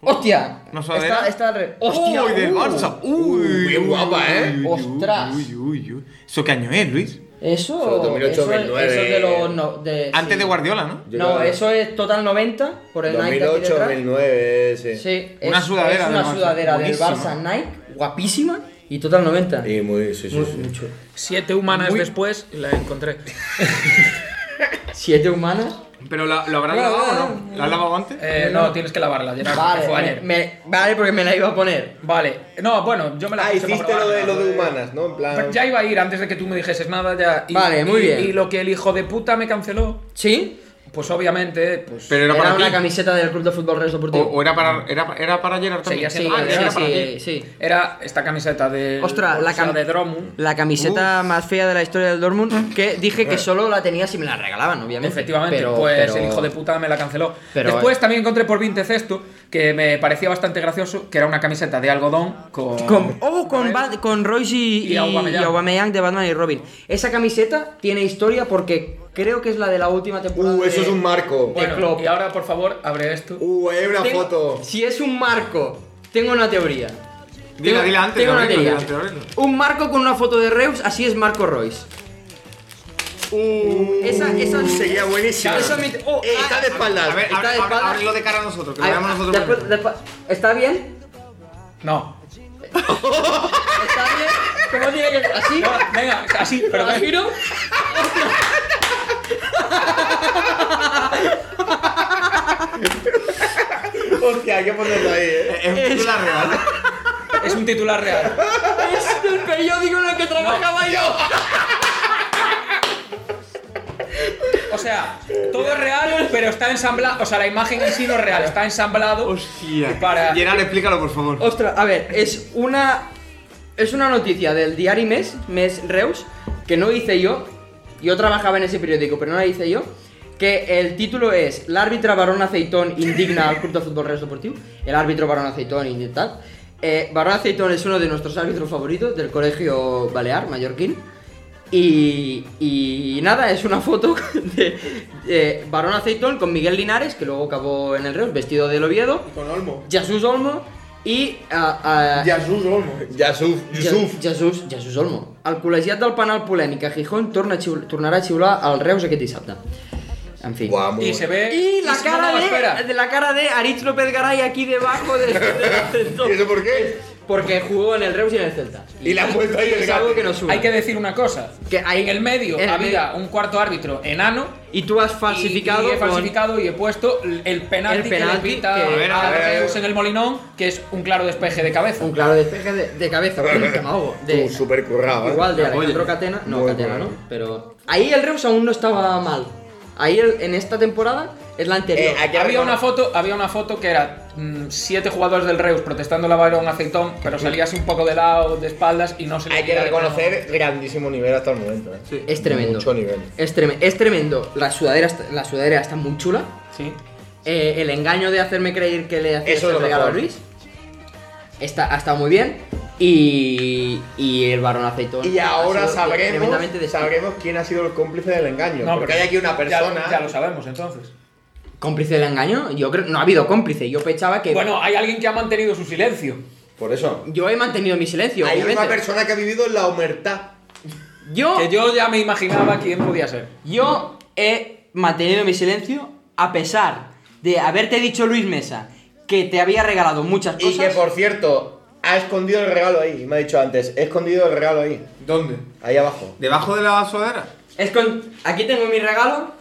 Speaker 2: ¡Hostia!
Speaker 5: No sabe
Speaker 2: está,
Speaker 5: nada.
Speaker 2: está al revés. ¡Hostia!
Speaker 5: ¡Uy, del
Speaker 2: uh!
Speaker 5: Barça! ¡Uy!
Speaker 4: bien guapa, ¿eh?
Speaker 5: uy, uy,
Speaker 2: Ostras.
Speaker 5: Uy, uy, uy. ¿Eso qué año es, Luis?
Speaker 2: Eso,
Speaker 4: Solo 2008,
Speaker 2: eso, es-
Speaker 4: 2009.
Speaker 2: eso es de los... no- de-
Speaker 5: Antes
Speaker 2: sí.
Speaker 5: de Guardiola, ¿no?
Speaker 4: Yo
Speaker 2: No,
Speaker 4: creo-
Speaker 2: eso es Total 90 por el Nike aquí
Speaker 4: 2008,
Speaker 2: detrás.
Speaker 4: 2009, ese.
Speaker 2: Sí,
Speaker 5: Una
Speaker 2: es-
Speaker 5: sudadera
Speaker 2: es
Speaker 5: del
Speaker 2: una
Speaker 5: Barça.
Speaker 2: sudadera del Barça
Speaker 5: Buenísima.
Speaker 2: Nike, guapísima, y Total 90.
Speaker 4: Y muy, sí, sí, sí. Mucho.
Speaker 3: Siete humanas después la encontré.
Speaker 2: Siete humanas.
Speaker 5: Pero la, lo habrás
Speaker 2: No,
Speaker 5: lavado,
Speaker 2: no,
Speaker 5: ¿no? ¿La has lavado antes?
Speaker 3: Eh, no, tienes que lavarla, Gerard, que
Speaker 2: Vale,
Speaker 3: fue
Speaker 2: me-
Speaker 3: ayer.
Speaker 2: me- vale, porque me la iba a poner.
Speaker 3: Vale. No, bueno, yo me la
Speaker 4: Ah,
Speaker 3: puse para
Speaker 4: hiciste lo
Speaker 3: probarla,
Speaker 4: de, lo de
Speaker 3: pero-
Speaker 4: humanas, ¿no? En plan.
Speaker 3: Pero Ya iba a ir antes de que tú me dijeses nada ya.
Speaker 2: Vale, muy bien.
Speaker 3: Y lo que el hijo de puta me canceló,
Speaker 2: ¿Sí?
Speaker 3: pues obviamente, pues
Speaker 5: Pero era
Speaker 2: Era,
Speaker 5: para
Speaker 2: una
Speaker 5: ti.
Speaker 2: camiseta del Club de Fútbol Real
Speaker 5: O,
Speaker 2: Deportivo.
Speaker 5: o era para era, era para Gerard
Speaker 3: seguía
Speaker 5: también. Ah,
Speaker 3: siendo
Speaker 2: sí, sí,
Speaker 3: de- era
Speaker 2: sí,
Speaker 3: para
Speaker 2: sí,
Speaker 3: ti.
Speaker 2: sí.
Speaker 3: Era esta camiseta de
Speaker 2: Ostras, la cam-
Speaker 3: de Dromu.
Speaker 2: La camiseta más fea de la historia del Dortmund que dije que solo la tenía si me la regalaban, obviamente.
Speaker 3: Efectivamente,
Speaker 2: Pero-
Speaker 3: pues
Speaker 2: pero-
Speaker 3: el hijo de puta me la canceló.
Speaker 2: pero-
Speaker 3: Después también encontré por 20 cesto que me parecía bastante gracioso, que era una camiseta de algodón con,
Speaker 2: Con, oh, con, Bad- con Royce y,
Speaker 3: Y
Speaker 2: y-
Speaker 3: Aubameyang.
Speaker 2: y Aubameyang de Batman y Robin. Esa camiseta tiene historia porque creo que es la de la última temporada.
Speaker 4: Uh, eso
Speaker 2: de-
Speaker 4: es un marco.
Speaker 2: de
Speaker 3: Bueno,
Speaker 2: Klopp.
Speaker 3: y ahora por favor, abre esto.
Speaker 4: Uh, hay una
Speaker 2: Tengo-
Speaker 4: foto.
Speaker 2: Si es un marco, tengo una teoría.
Speaker 5: Dila,
Speaker 2: Tengo-
Speaker 5: dila antes,
Speaker 2: tengo
Speaker 5: lo
Speaker 2: una
Speaker 5: abrirlo,
Speaker 2: teoría.
Speaker 5: dila antes, lo abrirlo.
Speaker 2: Un marco con una foto de Reus, así es Marco Royce. Uh, Esa, esa,
Speaker 4: Uh, Sería buenísimo.
Speaker 2: Eso me- oh,
Speaker 4: Eh, está de
Speaker 2: ah,
Speaker 4: espaldas.
Speaker 5: A ver,
Speaker 2: Está de espaldas.
Speaker 5: abrirlo de cara a nosotros, que lo
Speaker 2: Ay,
Speaker 5: veamos nosotros.
Speaker 2: después- después- ¿Está bien?
Speaker 3: No.
Speaker 2: ¿Está bien? ¿Cómo tiene que ¿Así?
Speaker 3: No, venga, así, pero
Speaker 2: ¿Me giro?
Speaker 4: Hostia, hay que ponerlo ahí, eh.
Speaker 5: Es un titular real.
Speaker 3: es un titular real.
Speaker 2: Es del periódico en el que trabajaba yo.
Speaker 3: O sea, todo es real, pero está ensamblado. O sea, la imagen en sí no es real, está ensamblado.
Speaker 5: Hostia.
Speaker 3: Para-
Speaker 5: Gerard, explícalo, por favor.
Speaker 2: Ostras, a ver, es una. Es una noticia del diario Mes, Mes Reus, que no hice yo. Yo trabajaba en ese periódico, pero no la hice yo. Que el título es La árbitra Barón Aceitón indigna al Club de Fútbol Real Deportivo. El árbitro Barón Aceitón indigna. tal. Eh, Barón Aceitón es uno de nuestros árbitros favoritos del colegio Balear, Mallorquín. Y, y nada, es una foto de eh, Barón Aceitón con Miguel Linares, que luego acabó en el Reus, vestido del Oviedo.
Speaker 10: Con Olmo.
Speaker 2: Jesús Olmo eh, y a, a,
Speaker 10: Jesús Olmo.
Speaker 4: Yasuf, Yusuf.
Speaker 2: Jesús, Jesús Olmo. El col·legiat del penal polèmic a Gijón torna a xiul, tornarà a xiular al Reus aquest dissabte. En fi.
Speaker 4: Guau, muy
Speaker 3: Y
Speaker 4: bueno.
Speaker 3: se ve.
Speaker 2: Y la
Speaker 3: si no,
Speaker 2: cara
Speaker 3: no,
Speaker 2: de,
Speaker 3: espera.
Speaker 2: de la cara de Aritz López Garay aquí debajo de, de-
Speaker 4: ¿Y eso por qué?
Speaker 2: porque jugó en el Reus y en el Celta.
Speaker 4: Y la han puesto ahí el
Speaker 2: es algo
Speaker 4: gato.
Speaker 2: que nos sube.
Speaker 3: Hay que decir una cosa.
Speaker 2: Que hay- eh,
Speaker 3: en el medio
Speaker 2: en el
Speaker 3: había un cuarto árbitro enano.
Speaker 2: Y tú has
Speaker 3: y-
Speaker 2: falsificado,
Speaker 3: Y, he
Speaker 2: con-
Speaker 3: falsificado y he puesto el penalti,
Speaker 2: El penalti
Speaker 3: que le pita
Speaker 2: que- A ver,
Speaker 5: a
Speaker 3: al
Speaker 5: ver, a ver.
Speaker 3: Reus en el Molinón, que es un claro despeje de cabeza.
Speaker 2: un claro despeje de, de cabeza, que me ahogo, de-
Speaker 4: Tú, súper currado, eh.
Speaker 2: Igual de
Speaker 5: Oye.
Speaker 2: Alejandro Catena, no,
Speaker 4: Muy
Speaker 2: Catena
Speaker 4: bueno.
Speaker 2: no, pero ahí el Reus aún no estaba mal. Ahí el- en esta temporada es la anterior.
Speaker 4: Eh, aquí
Speaker 3: Había
Speaker 4: arriba-
Speaker 3: una foto, había una foto que era mm, siete jugadores del Reus protestando la balón aceitón, pero salía así un poco de lado, de espaldas y no se le
Speaker 4: Hay que
Speaker 3: veía de
Speaker 4: reconocer grandísimo nivel hasta el momento, eh.
Speaker 2: es tremendo.
Speaker 4: Mucho nivel.
Speaker 2: Es, treme- es tremendo. La sudadera, está- la sudadera está muy chula.
Speaker 3: nada. Sí.
Speaker 2: Eh, el engaño de hacerme creer que le hacías
Speaker 4: Eso es
Speaker 2: el
Speaker 4: lo
Speaker 2: regalo a
Speaker 4: mejor.
Speaker 2: Luis. Está, ha estado muy bien. Y, y el varón aceitón.
Speaker 4: Y
Speaker 2: ha
Speaker 4: ahora
Speaker 2: sido
Speaker 4: sabremos,
Speaker 2: tremendamente decente.
Speaker 4: sabremos quién ha sido el cómplice del engaño.
Speaker 3: No,
Speaker 4: porque
Speaker 3: pero
Speaker 4: hay aquí una
Speaker 3: ya-
Speaker 4: persona.
Speaker 3: Ya, lo sabemos entonces.
Speaker 2: ¿Cómplice del engaño? Yo creo. No ha habido cómplice. Yo pensaba que.
Speaker 3: Bueno, hay alguien que ha mantenido su silencio.
Speaker 4: Por eso.
Speaker 2: yo he mantenido mi silencio.
Speaker 4: hay
Speaker 2: obviamente.
Speaker 4: una persona que ha vivido en la humertad.
Speaker 2: Yo.
Speaker 3: Que yo ya me imaginaba quién podía ser.
Speaker 2: Yo he mantenido mi silencio a pesar de haberte dicho Luis Mesa que te había regalado muchas cosas.
Speaker 4: Y que por cierto, ha escondido el regalo ahí. Me ha dicho antes, he escondido el regalo ahí.
Speaker 5: ¿Dónde?
Speaker 4: Ahí abajo.
Speaker 5: ¿Debajo de la sudadera?
Speaker 2: Es con- Aquí tengo mi regalo.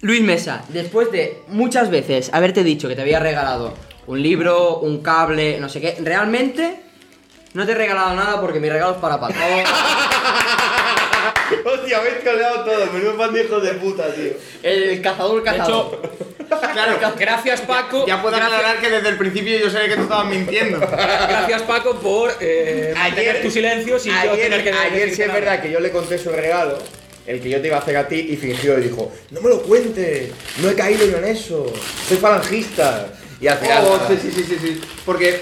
Speaker 2: Luis Mesa, después de muchas veces haberte dicho que te había regalado un libro, un cable, no sé qué, realmente no te he regalado nada porque mi regalo es para Paco.
Speaker 4: Hostia, me he escaleado todo. Menudo pan de hijos de puta, tío.
Speaker 2: El cazador
Speaker 3: De hecho,
Speaker 2: cazador.
Speaker 5: Claro.
Speaker 3: gracias Paco.
Speaker 5: Ya puedo
Speaker 3: gracias,
Speaker 5: aclarar que desde el principio yo sabía que tú estabas mintiendo.
Speaker 3: gracias, Paco por eh, mantener tu silencio sin yo
Speaker 4: ayer,
Speaker 3: tener que
Speaker 4: ayer
Speaker 3: decirte
Speaker 4: sí es
Speaker 3: nada.
Speaker 4: verdad que yo le conté su regalo, el que yo te iba a hacer a ti, y fingió y dijo, no me lo cuentes, no he caído yo en eso, soy falangista. Y al final...
Speaker 5: Oh,
Speaker 4: nada.
Speaker 5: sí, sí, sí, sí, sí. Porque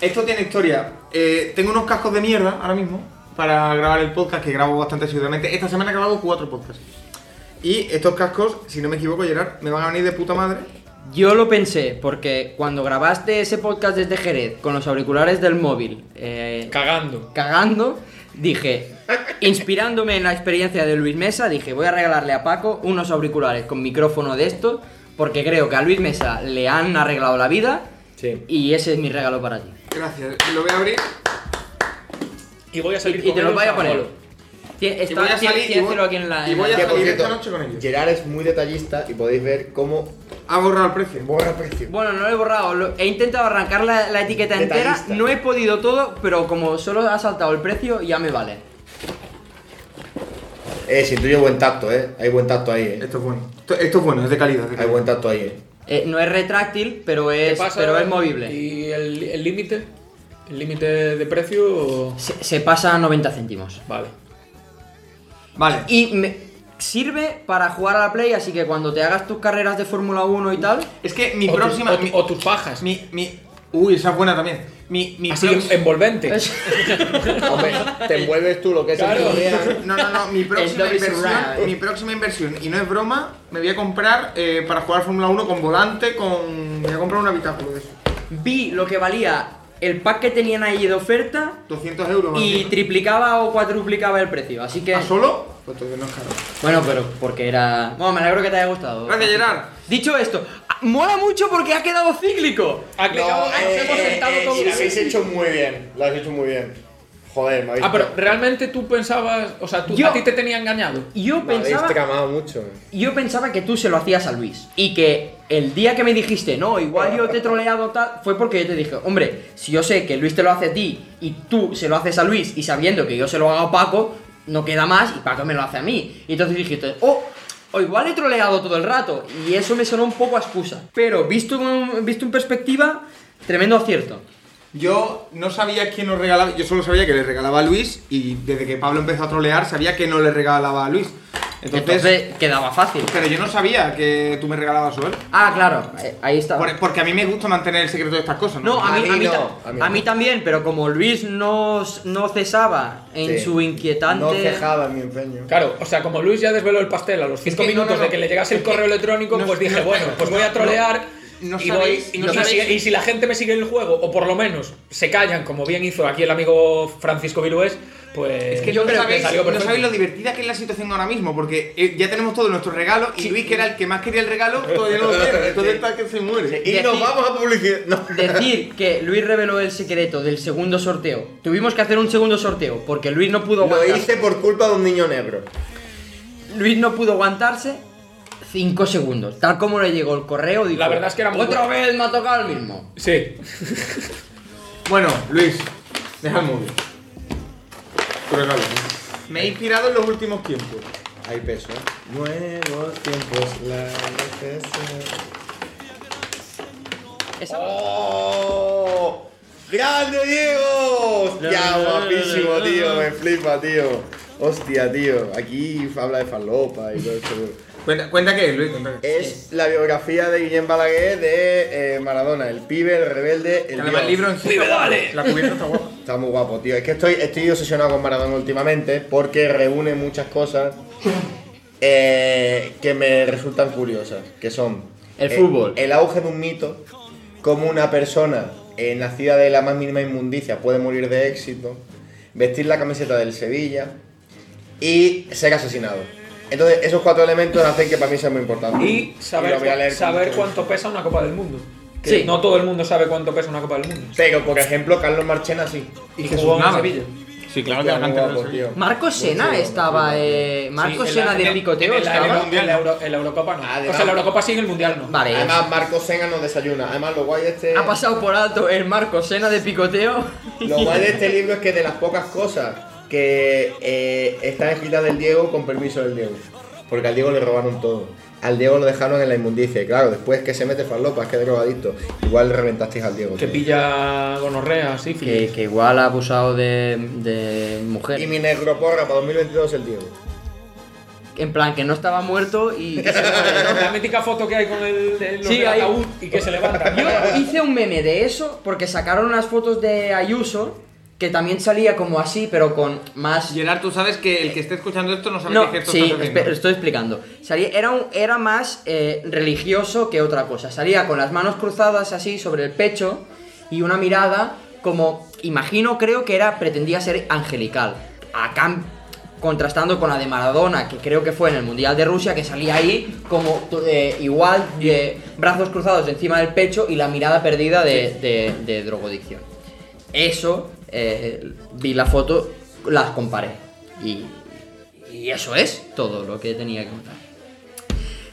Speaker 5: esto tiene historia. Eh, tengo unos cascos de mierda ahora mismo para grabar el podcast que grabo bastante asiduamente. Esta semana he grabado cuatro podcasts. Y estos cascos, si no me equivoco, Gerard, me van a venir de puta madre.
Speaker 2: Yo lo pensé porque cuando grabaste ese podcast desde Jerez con los auriculares del móvil, eh,
Speaker 3: Cagando.
Speaker 2: cagando, dije, inspirándome en la experiencia de Luis Mesa, dije, voy a regalarle a Paco unos auriculares con micrófono de esto, porque creo que a Luis Mesa le han arreglado la vida
Speaker 4: Sí.
Speaker 2: y ese es mi regalo para ti.
Speaker 5: Gracias. Lo voy a abrir.
Speaker 3: Y voy a salir
Speaker 2: Y te los
Speaker 3: ellos
Speaker 2: voy a
Speaker 3: ahora.
Speaker 2: poner. Tie-
Speaker 5: Y voy
Speaker 2: Está,
Speaker 5: a
Speaker 2: tiene-
Speaker 5: salir y
Speaker 2: tiene
Speaker 5: voy-
Speaker 2: cero aquí en la...
Speaker 5: y
Speaker 2: en la-
Speaker 5: voy a-
Speaker 4: Que, por
Speaker 5: salir
Speaker 4: cierto,
Speaker 5: esta noche con ellos.
Speaker 4: Gerard es muy detallista y podéis ver cómo
Speaker 5: Ha borrado el precio.
Speaker 4: borra precio.
Speaker 2: Bueno, no lo he borrado, lo- he intentado arrancar la, la etiqueta entera,
Speaker 4: Detallista.
Speaker 2: no he podido todo, pero como solo ha saltado el precio, ya me vale.
Speaker 4: Eh, si tuyo buen tacto, eh. Hay buen tacto ahí, eh.
Speaker 5: Esto es bueno. Esto, esto es bueno, es de calidad. de
Speaker 4: Hay
Speaker 5: calidad.
Speaker 4: buen tacto ahí, eh.
Speaker 2: Eh, no es retráctil, pero
Speaker 3: ¿Qué
Speaker 2: es,
Speaker 3: pasa?
Speaker 2: pero es movible.
Speaker 3: ¿Y el el límite? ¿El límite de precio? o-
Speaker 2: Se, se pasa a 90 céntimos.
Speaker 3: Vale.
Speaker 5: Vale.
Speaker 2: Y me sirve para jugar a la Play, así que cuando te hagas tus carreras de Fórmula 1 y tal,
Speaker 5: Es que mi
Speaker 3: O tu-
Speaker 5: próxima.
Speaker 3: o tu-
Speaker 5: mi-
Speaker 3: o tus pajas.
Speaker 5: mi, mi- Uy, esa es buena también. Mi, mi
Speaker 3: Así,
Speaker 5: próxima-
Speaker 3: envolvente.
Speaker 4: Hombre, te envuelves tú lo que es el
Speaker 3: Claro.
Speaker 4: tutorial.
Speaker 5: No, no, no, mi próxima
Speaker 2: Adobe Surround.
Speaker 5: inversión, mi próxima inversión, y no es broma, me voy a comprar eh, para jugar Fórmula 1 con volante, con... me voy a comprar un habitáculo de eso.
Speaker 2: vi lo que valía el pack que tenían ahí de oferta
Speaker 5: 200 euros. más
Speaker 2: y
Speaker 5: bien.
Speaker 2: triplicaba o cuadruplicaba el precio. Así que.
Speaker 5: ¿Ah, solo? Pues entonces no es caro.
Speaker 2: Bueno, pero porque era. Bueno, me alegro que te haya gustado.
Speaker 5: Gracias, Gerard.
Speaker 2: Dicho esto, ah, mola mucho porque ha quedado cíclico.
Speaker 4: Ah,
Speaker 3: Ha quedado-
Speaker 2: eh,
Speaker 3: nos hemos
Speaker 2: eh,
Speaker 3: sentado
Speaker 2: eh,
Speaker 3: todos-
Speaker 4: Y lo habéis hecho muy bien, lo habéis hecho muy bien. Joder, me habéis,
Speaker 3: Ah, pero realmente tú pensabas, o sea, tú,
Speaker 2: Yo-
Speaker 3: a ti te tenía engañado.
Speaker 2: Yo
Speaker 4: me habéis
Speaker 2: pensaba.
Speaker 4: tramado mucho. eh.
Speaker 2: Yo pensaba que tú se lo hacías a Luis y que el día que me dijiste, no, igual yo te he troleado tal, fue porque yo te dije, hombre, si yo sé que Luis te lo hace a ti y tú se lo haces a Luis y sabiendo que yo se lo hago a Paco, no queda más y Paco me lo hace a mí. Y entonces dijiste, oh, o igual he troleado todo el rato y eso me sonó un poco a excusa. Pero visto, en- visto en perspectiva, tremendo acierto.
Speaker 5: Yo no sabía quién nos regalaba, yo solo sabía que le regalaba a Luis y desde que Pablo empezó a trolear sabía que no le regalaba a Luis. Entonces,
Speaker 2: Entonces, quedaba fácil.
Speaker 5: pero yo no sabía que tú me regalabas a él.
Speaker 2: Ah, claro, eh, ahí está.
Speaker 5: Por- porque a mí me gusta mantener el secreto de estas cosas, ¿no?
Speaker 2: No, a mí,
Speaker 4: A
Speaker 2: a
Speaker 4: mí
Speaker 2: mí
Speaker 4: no,
Speaker 2: ta-
Speaker 4: a mí
Speaker 2: a
Speaker 4: no.
Speaker 2: mí también, pero como Luis no, s- no cesaba en
Speaker 4: Sí.
Speaker 2: su inquietante.
Speaker 4: No cejaba en mi empeño.
Speaker 3: Claro, o sea, como Luis ya desveló el pastel a los 5
Speaker 5: que no,
Speaker 3: minutos
Speaker 5: no, no.
Speaker 3: de que le llegase el correo electrónico,
Speaker 5: no-
Speaker 3: pues dije,
Speaker 5: no-
Speaker 3: bueno, pues voy a trolear.
Speaker 5: no
Speaker 3: y,
Speaker 5: sabéis-
Speaker 3: voy-
Speaker 5: no
Speaker 3: y si-
Speaker 5: sabéis-
Speaker 3: y si la gente me sigue en el juego, o por lo menos se callan, como bien hizo aquí el amigo Francisco Virués, pues.
Speaker 5: Es que
Speaker 3: yo
Speaker 5: no,
Speaker 3: creo que
Speaker 5: sabéis,
Speaker 3: salió
Speaker 5: no
Speaker 3: perfecto.
Speaker 5: sabéis lo divertida que es la situación ahora mismo, porque eh, ya tenemos todos nuestros regalos y Luis, que era el que más quería el regalo, todavía no lo tiene, entonces está que se muere.
Speaker 4: Y nos
Speaker 2: Decir-
Speaker 4: vamos a publicidad. No.
Speaker 2: Decir que Luis reveló el secreto del segundo sorteo. Tuvimos que hacer un segundo sorteo porque Luis no pudo
Speaker 4: Lo
Speaker 2: aguantarse.
Speaker 4: hice por culpa de un niño negro.
Speaker 2: Luis no pudo aguantarse 5 segundos. Tal como le llegó el correo, dijo,
Speaker 3: La verdad es que era muy
Speaker 2: Otra
Speaker 3: bueno".
Speaker 2: vez me ha tocado el mismo.
Speaker 3: Sí.
Speaker 5: Bueno, Luis, deja el móvil. Tu regalo. Me he inspirado en los últimos tiempos.
Speaker 4: Hay peso. ¿eh? Nuevos tiempos, la necesidad.
Speaker 2: Esa-
Speaker 4: ¡Oh! ¡Grande Diego! ¡Hostia, guapísimo, tío! Me flipa, tío. Hostia, tío. Aquí habla de falopa y todo eso.
Speaker 5: Cuenta, cuenta qué es, Luis, cuenta qué
Speaker 4: Es la biografía de Guillem Balaguer de eh, Maradona, el pibe, el rebelde, el,
Speaker 5: Además, el
Speaker 4: dios.
Speaker 5: libro en sí. está guapo. La cubierta está guapa.
Speaker 4: Está muy guapo, tío. Es que estoy, estoy obsesionado con Maradona últimamente porque reúne muchas cosas eh, que me resultan curiosas, que son...
Speaker 2: El
Speaker 4: eh,
Speaker 2: fútbol.
Speaker 4: El, auge de un mito, cómo una persona eh, nacida de la más mínima inmundicia puede morir de éxito, vestir la camiseta del Sevilla y ser asesinado. Entonces, esos cuatro elementos hacen que para mí sea muy importante.
Speaker 3: Y
Speaker 4: lo
Speaker 3: saber,
Speaker 4: voy a leer
Speaker 3: saber
Speaker 4: con-
Speaker 3: cuánto pesa una Copa del Mundo. Que
Speaker 2: Sí.
Speaker 3: no todo el mundo sabe cuánto pesa una Copa del Mundo.
Speaker 4: Pero, por ejemplo, Carlos Marchena sí.
Speaker 3: Y,
Speaker 5: Jesús
Speaker 3: jugó en el
Speaker 5: Navas.
Speaker 3: Sevilla.
Speaker 5: Sí, claro
Speaker 4: Hostia,
Speaker 5: que
Speaker 4: muy
Speaker 5: la gente no
Speaker 4: guapo,
Speaker 5: sabe.
Speaker 4: tío.
Speaker 2: Marco
Speaker 4: Muy
Speaker 2: Sena
Speaker 4: chulo,
Speaker 2: estaba.
Speaker 4: muy chulo.
Speaker 2: eh, Marco
Speaker 3: Sí, en
Speaker 2: Sena
Speaker 3: la-
Speaker 2: de
Speaker 3: en-
Speaker 2: picoteo
Speaker 3: en la, en
Speaker 2: estaba.
Speaker 3: el Euro- en la Eurocopa no.
Speaker 4: Ah, de
Speaker 3: o sea, la
Speaker 4: nada.
Speaker 3: Eurocopa sí, en el Mundial no.
Speaker 2: Vale.
Speaker 4: Además, Marco Senga nos desayuna. Además, lo guay de este.
Speaker 2: Ha pasado por alto el Marco Sena de picoteo.
Speaker 4: Lo guay de este libro es que de las pocas cosas que eh, están escritas del Diego con permiso del Diego. Porque al Diego le robaron todo. Al Diego lo dejaron en la inmundicia. Y claro, después que se mete falopas, que drogadicto. Igual le reventasteis al Diego.
Speaker 3: Que
Speaker 4: tío.
Speaker 3: pilla gonorrea, sí.
Speaker 2: Que, que igual ha abusado de, de mujeres.
Speaker 4: Y mi negro porra para 2022 el Diego.
Speaker 2: En plan, que no estaba muerto y... que se murió.
Speaker 3: La mítica foto que hay con el, el los
Speaker 2: Sí,
Speaker 3: del
Speaker 2: ahí.
Speaker 3: ataúd y que se levanta.
Speaker 2: Yo hice un meme de eso porque sacaron unas fotos de Ayuso que también salía como así, pero con más...
Speaker 5: Gerard, tú sabes que el que esté escuchando esto no sabe
Speaker 2: No,
Speaker 5: qué gesto
Speaker 2: sí,
Speaker 5: estás haciendo.
Speaker 2: espe- estoy explicando. Salía, era, un- era más eh, religioso que otra cosa. Salía con las manos cruzadas así sobre el pecho y una mirada como, imagino, creo que era, pretendía ser angelical. Acá, contrastando con la de Maradona, que creo que fue en el Mundial de Rusia, que salía ahí como to- eh, igual, de brazos cruzados encima del pecho y la mirada perdida de, de- de drogodicción. Eso, eh, vi la foto, las comparé. Y y eso es todo lo que tenía que contar.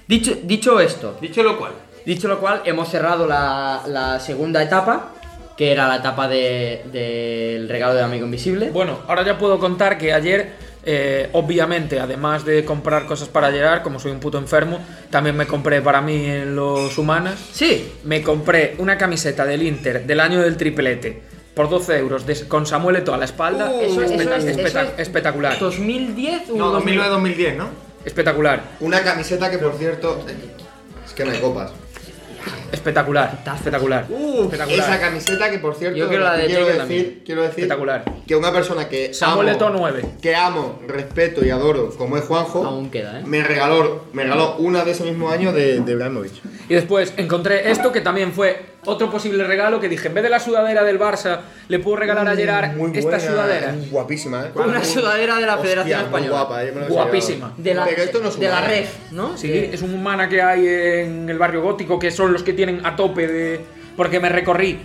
Speaker 2: Dicho, dicho esto,
Speaker 5: Dicho lo cual,
Speaker 2: dicho lo cual, hemos cerrado la, la segunda etapa, que era la etapa de- del regalo del amigo invisible.
Speaker 3: Bueno, ahora ya puedo contar que ayer, eh, obviamente, además de comprar cosas para llegar, como soy un puto enfermo, también me compré para mí en los humanas.
Speaker 2: Sí,
Speaker 3: Me compré una camiseta del Inter del año del triplete por 12 euros de- con Samuel Eto'o a la espalda.
Speaker 5: Uh,
Speaker 2: eso, eso
Speaker 3: Espectac-
Speaker 2: es, eso
Speaker 3: espectac-
Speaker 2: es
Speaker 3: espectacular.
Speaker 2: 2010 o
Speaker 5: no,
Speaker 2: 2000.
Speaker 5: 2009-2010, ¿no?
Speaker 3: Espectacular.
Speaker 4: Una camiseta que, por cierto, es que no hay copas.
Speaker 3: Espectacular.
Speaker 2: Tazas.
Speaker 3: Espectacular.
Speaker 5: Uh,
Speaker 3: espectacular.
Speaker 4: Esa camiseta que, por cierto,
Speaker 2: Yo quiero la de
Speaker 4: quiero,
Speaker 2: Diego
Speaker 4: decir,
Speaker 2: también.
Speaker 4: quiero decir
Speaker 3: Espectacular.
Speaker 4: que una persona que
Speaker 3: Samuel
Speaker 4: amo-
Speaker 3: Eto'o 9.
Speaker 4: que amo, respeto y adoro, como es Juanjo,
Speaker 2: Aún queda, ¿eh?
Speaker 4: me regaló, me regaló una de ese mismo año de, de Ibrahimovic.
Speaker 3: Y después encontré esto que también fue otro posible regalo que dije, en vez de la sudadera del Barça, le puedo regalar a Gerard
Speaker 4: Mm, Muy
Speaker 3: esta
Speaker 4: buena,
Speaker 3: sudadera.
Speaker 4: Guapísima, ¿eh?
Speaker 2: Una sudadera de la
Speaker 4: Hostia,
Speaker 2: Federación
Speaker 4: muy
Speaker 2: Española.
Speaker 4: guapa, yo me la he
Speaker 3: Guapísima.
Speaker 4: enseñado.
Speaker 2: De la,
Speaker 4: Pero esto no es
Speaker 2: de la
Speaker 4: humano.
Speaker 2: red, ¿no?
Speaker 3: Sí,
Speaker 4: Eh.
Speaker 2: Que-
Speaker 3: es un humana que hay en el barrio gótico, que son los que tienen a tope de... Porque me recorrí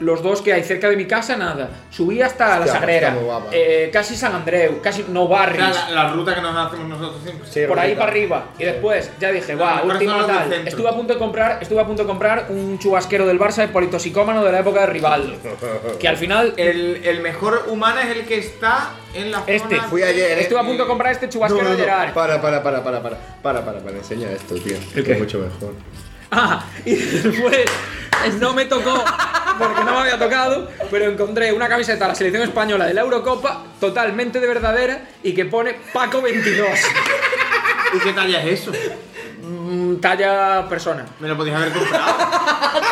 Speaker 3: los dos que hay cerca de mi casa, nada. Subí hasta la
Speaker 4: Hostia, pues
Speaker 3: Sagrera,
Speaker 4: está muy guapa.
Speaker 3: eh, casi San Andreu, casi No
Speaker 5: O sea,
Speaker 3: Barris,
Speaker 5: la, la ruta que nos hacemos nosotros siempre.
Speaker 4: Sí,
Speaker 3: por ahí
Speaker 4: rica.
Speaker 3: para arriba. Y después ya dije, va,
Speaker 5: Las mejores
Speaker 3: última
Speaker 5: zonas del
Speaker 3: tal.
Speaker 5: centro.
Speaker 3: Estuve a punto de comprar, estuve a punto de comprar un chubasquero del Barça de politosicómano de la época de Rivaldo. que al final
Speaker 5: El, el mejor humana es el que está en la zona
Speaker 3: Este.
Speaker 4: Fui ayer, ¿eh?
Speaker 3: estuve a punto de comprar este
Speaker 4: No,
Speaker 3: chubasquero
Speaker 4: no, no,
Speaker 3: de Gerard.
Speaker 4: Para, para, para, para, para, para, para, para, enseña esto, tío.
Speaker 3: ¿El
Speaker 4: que
Speaker 3: qué?
Speaker 4: Es mucho mejor.
Speaker 3: Ah, y después no me tocó porque no me había tocado, pero encontré una camiseta de la selección española de la Eurocopa totalmente de verdadera y que pone Paco 22,
Speaker 5: ¿Y qué talla es eso?
Speaker 3: Mm, talla persona.
Speaker 5: Me lo podías haber comprado.
Speaker 4: Ah,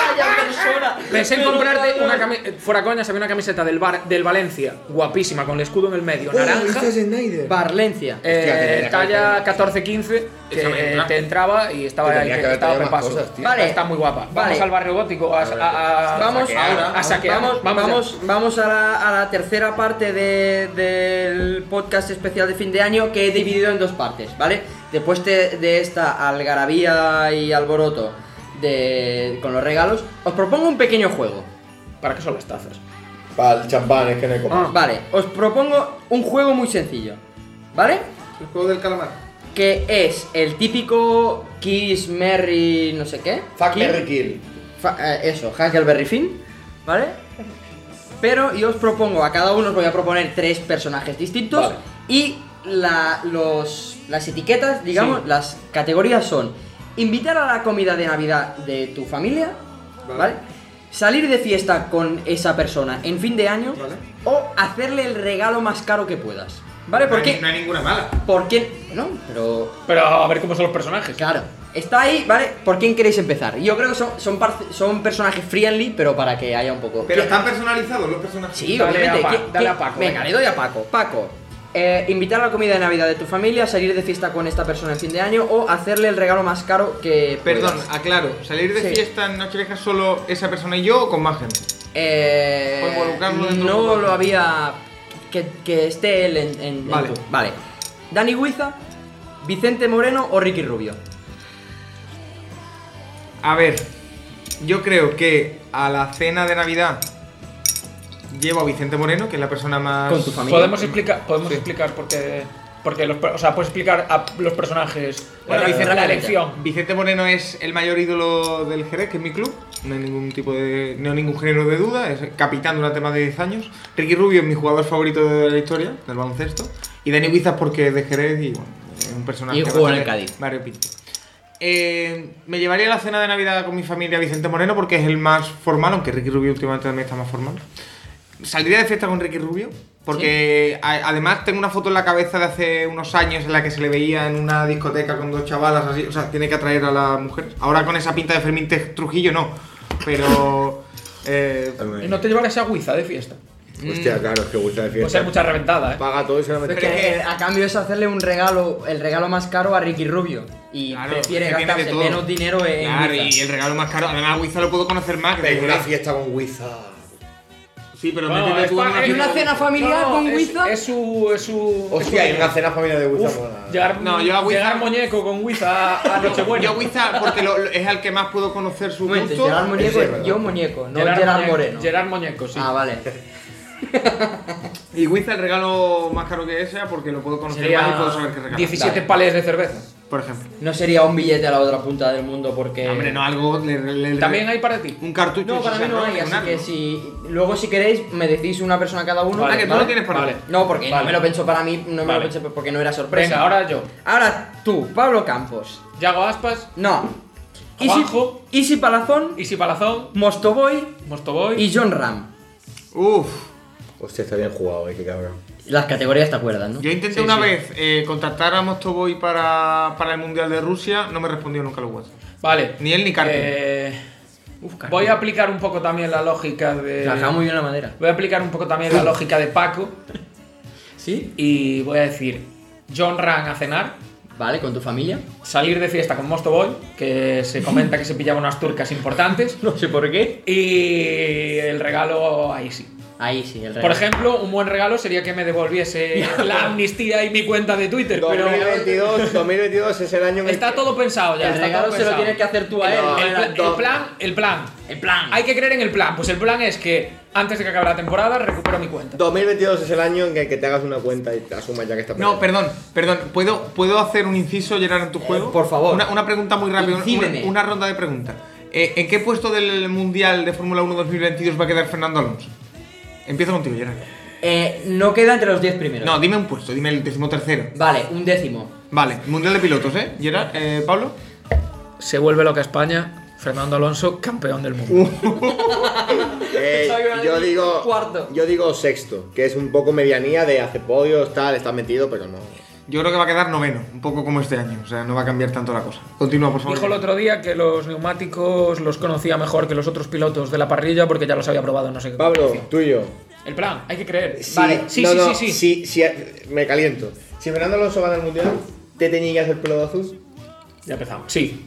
Speaker 3: Pensé en comprarte una camiseta, fuera coña, se ve una camiseta del, Bar- del Valencia, guapísima, con el escudo en el medio,
Speaker 4: este
Speaker 3: naranja,
Speaker 2: Barlencia.
Speaker 3: eh,
Speaker 4: Hostia, que tenía que
Speaker 3: talla
Speaker 4: haber-
Speaker 3: 14-15, que
Speaker 5: Esa me
Speaker 3: eh,
Speaker 5: entra.
Speaker 3: te entraba y estaba,
Speaker 4: Que
Speaker 3: ahí,
Speaker 4: tenía
Speaker 3: que
Speaker 4: que haber
Speaker 3: estaba
Speaker 4: traído más
Speaker 3: prepaso.
Speaker 4: cosas, tío.
Speaker 2: Vale.
Speaker 3: Está muy guapa. Vamos
Speaker 2: Vale.
Speaker 3: al barrio gótico, a, a- a-
Speaker 2: Vamos
Speaker 3: ahora, a saquear.
Speaker 2: Vamos,
Speaker 3: Vamos ya.
Speaker 2: vamos, vamos a, la, a la tercera parte de- del podcast especial de fin de año que he dividido en dos partes, ¿vale? Después de, de esta algarabía y alboroto de, con los regalos, os propongo un pequeño juego.
Speaker 3: ¿Para qué son las tazas?
Speaker 4: Para el champán, es que no hay como.
Speaker 3: Ah.
Speaker 2: Vale, os propongo un juego muy sencillo, ¿vale?
Speaker 5: El juego del calamar.
Speaker 2: Que es el típico Kiss, Merry, no sé qué.
Speaker 4: Fuck
Speaker 2: Kill.
Speaker 4: Merry Kill.
Speaker 2: Fa- eh, eso, Huckleberry Finn, ¿vale? Pero yo os propongo, a cada uno os voy a proponer tres personajes distintos
Speaker 4: Vale.
Speaker 2: y la- los- las etiquetas, digamos, las categorías son invitar a la comida de Navidad de tu familia, ¿vale? Salir de fiesta con esa persona en fin de año
Speaker 5: Vale.
Speaker 2: o hacerle el regalo más caro que puedas, ¿vale?
Speaker 5: No hay-
Speaker 2: Porque,
Speaker 5: No hay ninguna mala.
Speaker 2: ¿por qué? No, pero
Speaker 3: Pero a ver cómo son los personajes.
Speaker 2: Claro. Está ahí, ¿vale? ¿Por quién queréis empezar? Yo creo que son, son, parce- son personajes friendly, pero para que haya un poco.
Speaker 5: Pero
Speaker 2: ¿Qui-
Speaker 5: están personalizados los personajes.
Speaker 2: Sí,
Speaker 3: Dale
Speaker 2: obviamente.
Speaker 3: a Pa-
Speaker 2: ¿Qui-
Speaker 3: dale a
Speaker 2: qui-
Speaker 3: Paco,
Speaker 2: Venga,
Speaker 3: venga.
Speaker 2: le doy a Paco. Paco, eh, invitar a la comida de Navidad de tu familia, salir de fiesta con esta persona en fin de año o hacerle el regalo más caro que.
Speaker 5: Perdón,
Speaker 2: puedas.
Speaker 5: aclaro. ¿Salir de
Speaker 2: Sí.
Speaker 5: fiesta en Nochevieja solo esa persona y yo o con más gente?
Speaker 2: Eh,
Speaker 5: Pues involucrarlo dentro de un
Speaker 2: no
Speaker 5: poco.
Speaker 2: lo había. Que, que esté él en. en- en
Speaker 5: Vale.
Speaker 2: tu- vale. Dani Huiza, Vicente Moreno o Ricky Rubio.
Speaker 5: A ver, yo creo que a la cena de Navidad llevo a Vicente Moreno, que es la persona más.
Speaker 2: Con tu familia.
Speaker 3: Podemos explicar, podemos explicar por qué. Porque los, per- o sea, puedes explicar a los personajes
Speaker 2: Bueno,
Speaker 3: la-
Speaker 2: Vicente,
Speaker 3: la
Speaker 2: Vicente.
Speaker 3: elección.
Speaker 5: Vicente Moreno es el mayor ídolo del Jerez, que es mi club. No hay ningún tipo de. No hay ningún género de duda. Es capitán durante más de 10 años. Ricky Rubio es mi jugador favorito de la historia, del baloncesto. Y Dani Huizas porque es de Jerez y bueno, es un personaje.
Speaker 2: Y jugó en
Speaker 5: bastante
Speaker 2: el Cádiz.
Speaker 5: variopinto. Eh, me llevaría a la cena de Navidad con mi familia a Vicente Moreno porque es el más formal, aunque Ricky Rubio últimamente también está más formal. Saldría de fiesta con Ricky Rubio, porque a- además tengo una foto en la cabeza de hace unos años en la que se le veía en una discoteca con dos chavalas así, o sea, tiene que atraer a las mujeres. Ahora con esa pinta de Fermín Tej- Trujillo no, pero... eh,
Speaker 3: Y no te llevarás a Guiza de fiesta.
Speaker 4: Hostia, claro, es que gusta de
Speaker 3: Puede ser
Speaker 4: fiesta.
Speaker 3: mucha reventada, ¿eh?
Speaker 4: Paga todo y se la mete.
Speaker 2: Porque eh, a cambio es hacerle un regalo, el regalo más caro a Ricky Rubio. Y
Speaker 5: Claro,
Speaker 2: prefiere
Speaker 5: es que tiene
Speaker 2: gastarse
Speaker 5: de todo.
Speaker 2: menos dinero en.
Speaker 5: claro,
Speaker 2: Ibiza.
Speaker 5: y el regalo más caro, además a Wiza lo puedo conocer más. que
Speaker 4: Venga,
Speaker 5: de
Speaker 4: una
Speaker 5: Jerez.
Speaker 4: fiesta con Wiza.
Speaker 5: Sí, pero
Speaker 3: Bueno,
Speaker 5: métete
Speaker 3: es
Speaker 5: tú en
Speaker 3: pa-
Speaker 5: una
Speaker 3: es
Speaker 2: ¿Y una
Speaker 5: fiesta-
Speaker 2: cena familiar
Speaker 3: No,
Speaker 2: con
Speaker 3: es-
Speaker 2: Guiza?
Speaker 3: Es su. Es su
Speaker 4: Hostia, hay
Speaker 3: es su-
Speaker 4: una cena familiar de Wiza.
Speaker 3: Uf,
Speaker 4: mola.
Speaker 3: llegar,
Speaker 5: No, yo a Guiza-
Speaker 3: llegar muñeco con Guiza a, a Nochebuena.
Speaker 5: Yo a Wiza porque lo- lo- es al que más puedo conocer su
Speaker 2: Un momento,
Speaker 5: gusto.
Speaker 2: Gerard Muñeco,
Speaker 4: Ese es verdad.
Speaker 2: yo Muñeco, no
Speaker 3: Gerard
Speaker 2: Gerard,
Speaker 3: Muñe-
Speaker 2: Moreno.
Speaker 3: Gerard Muñeco, sí.
Speaker 2: Ah, vale.
Speaker 5: Y Wiza el regalo más caro que sea porque lo puedo conocer
Speaker 3: Sería
Speaker 5: más y puedo saber qué regalo.
Speaker 3: 17
Speaker 2: Dale.
Speaker 3: palés de cerveza.
Speaker 5: Por ejemplo.
Speaker 2: No sería un billete a la otra punta del mundo porque.
Speaker 5: Hombre, no, algo. le- le- le-
Speaker 3: También hay para ti.
Speaker 5: Un cartucho.
Speaker 2: No,
Speaker 5: de
Speaker 2: para mí no
Speaker 5: chicharrón,
Speaker 2: hay, así
Speaker 5: un
Speaker 2: que
Speaker 5: arco.
Speaker 2: si. Luego, si queréis, me decís una persona cada uno.
Speaker 5: Ah, que tú
Speaker 2: ¿vale?
Speaker 5: lo tienes para
Speaker 3: Vale.
Speaker 5: mí.
Speaker 2: No, porque no
Speaker 3: Vale.
Speaker 2: me lo pensó para mí, no me
Speaker 3: Vale.
Speaker 2: lo pensé porque no era sorpresa.
Speaker 3: Venga, ahora yo.
Speaker 2: Ahora tú, Pablo Campos.
Speaker 3: Yago Aspas,
Speaker 2: No.
Speaker 3: Juanjo.
Speaker 2: Isi Palazón,
Speaker 3: Isi Palazón,
Speaker 2: Mostoboy
Speaker 3: Mostoboy.
Speaker 2: y John Ram.
Speaker 5: Uf.
Speaker 4: Hostia, está bien jugado, eh, qué cabrón.
Speaker 2: Las categorías te acuerdas, ¿no?
Speaker 5: Yo intenté
Speaker 3: Sí,
Speaker 5: una
Speaker 3: sí.
Speaker 5: vez eh, contactar a Mostoboy para, para el Mundial de Rusia, no me respondió nunca los WhatsApp.
Speaker 3: Vale.
Speaker 5: Ni él ni Carmen.
Speaker 3: Eh, voy a aplicar un poco también la lógica de.
Speaker 2: Trabajaba muy bien la madera.
Speaker 3: Voy a aplicar un poco también la lógica de Paco
Speaker 2: ¿Sí?
Speaker 3: y voy a decir John Ran a cenar,
Speaker 2: ¿vale? Con tu familia.
Speaker 3: Salir de fiesta con Mosto Boy, que se comenta que se pillaba unas turcas importantes.
Speaker 2: No sé por qué.
Speaker 3: Y el regalo ahí sí.
Speaker 2: Ahí sí, el regalo.
Speaker 3: Por ejemplo, un buen regalo sería que me devolviese la amnistía y mi cuenta de Twitter, pero
Speaker 4: 2022, 2022 es el año en el
Speaker 3: está todo pensado ya.
Speaker 2: el
Speaker 3: está
Speaker 2: regalo
Speaker 3: todo
Speaker 2: se lo
Speaker 3: pensado.
Speaker 2: tienes que hacer tú a
Speaker 3: El-
Speaker 2: él.
Speaker 3: el, pla-
Speaker 2: no,
Speaker 3: el plan, el plan.
Speaker 2: El plan.
Speaker 3: Hay que creer en el plan. Pues el plan es que antes de que acabe la temporada recupero mi cuenta.
Speaker 4: 2022 es el año en el que te hagas una cuenta y te asumas ya que está
Speaker 5: No,
Speaker 4: perdido.
Speaker 5: perdón, perdón. ¿Puedo, ¿Puedo hacer un inciso, Gerard, en tu juego?
Speaker 2: Eh, por favor.
Speaker 5: Una, una pregunta muy rápida, una-
Speaker 2: Incídeme.
Speaker 5: una, ronda de preguntas. Eh, ¿En qué puesto del Mundial de Fórmula 1 2022 va a quedar Fernando Alonso? Empiezo contigo, Gerard.
Speaker 2: Eh, no queda entre los 10 primeros.
Speaker 5: No, dime un puesto, dime el decimotercero.
Speaker 2: Vale, un décimo.
Speaker 5: Vale, Mundial de Pilotos, ¿eh? Gerard, eh, Pablo.
Speaker 3: Se vuelve loca España. Fernando Alonso, campeón del mundo.
Speaker 4: Eh,
Speaker 2: Pensaba que iba a
Speaker 4: yo
Speaker 2: decir
Speaker 4: digo
Speaker 2: cuarto.
Speaker 4: Yo digo sexto, que es un poco medianía de hace podios, tal, está metido, pero no.
Speaker 5: Yo creo que va a quedar noveno, un poco como este año. O sea, no va a cambiar tanto la cosa. Continúa, por favor.
Speaker 3: Dijo el otro día que los neumáticos los conocía mejor que los otros pilotos de la parrilla porque ya los había probado, no sé qué.
Speaker 4: Pablo, tuyo.
Speaker 3: El plan, hay que creer.
Speaker 4: Sí,
Speaker 3: vale, sí,
Speaker 4: no,
Speaker 3: sí,
Speaker 4: no,
Speaker 3: sí, sí,
Speaker 4: sí, sí, eh, me caliento. Si Fernando Alonso gana el mundial, ¿te teñirías el pelo de azul?
Speaker 3: Ya empezamos. Sí.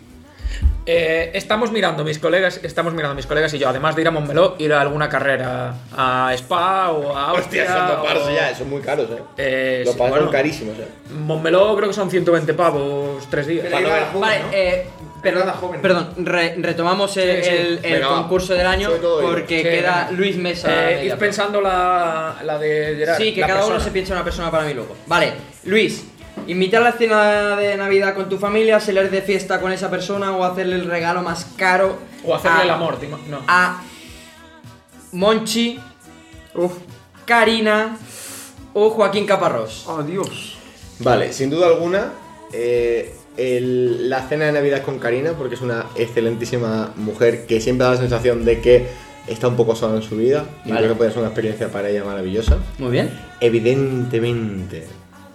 Speaker 3: Eh, estamos mirando, mis colegas, estamos mirando, mis colegas y yo, además de ir a Montmeló, ir a alguna carrera a Spa o a Austria.
Speaker 4: son dos paros
Speaker 3: o-
Speaker 4: ya, son muy caros, eh.
Speaker 3: Eh,
Speaker 4: Los
Speaker 3: sí,
Speaker 4: paros
Speaker 3: bueno.
Speaker 4: son carísimos, eh.
Speaker 3: Montmeló creo que son 120 pavos tres días.
Speaker 4: Para no ver fútbol,
Speaker 2: Vale,
Speaker 4: ¿no?
Speaker 2: eh, perdón,
Speaker 5: Nada, joven.
Speaker 2: perdón, re- retomamos el,
Speaker 3: Sí, sí.
Speaker 2: el- el
Speaker 4: Venga, va.
Speaker 2: concurso del año
Speaker 4: Soy todo oído.
Speaker 2: porque
Speaker 3: Sí,
Speaker 2: queda
Speaker 3: venga.
Speaker 2: Luis Mesa.
Speaker 3: Eh,
Speaker 2: media
Speaker 3: id
Speaker 2: plaza.
Speaker 3: pensando la, la de Gerard.
Speaker 2: Sí, que
Speaker 3: la
Speaker 2: cada uno
Speaker 3: persona.
Speaker 2: se piensa una persona para mí luego. Vale, Luis, invitar a la cena de Navidad con tu familia, salir de fiesta con esa persona o hacerle el regalo más caro.
Speaker 3: O hacerle
Speaker 2: a-
Speaker 3: el amor, te ima- no.
Speaker 2: A Monchi, Karina o Joaquín Caparrós.
Speaker 5: Oh, Dios.
Speaker 4: Vale, sin duda alguna, eh, el- la cena de Navidad con Karina, porque es una excelentísima mujer que siempre da la sensación de que está un poco sola en su vida y
Speaker 2: Vale.
Speaker 4: creo que puede ser una experiencia para ella maravillosa.
Speaker 2: Muy bien.
Speaker 4: Evidentemente,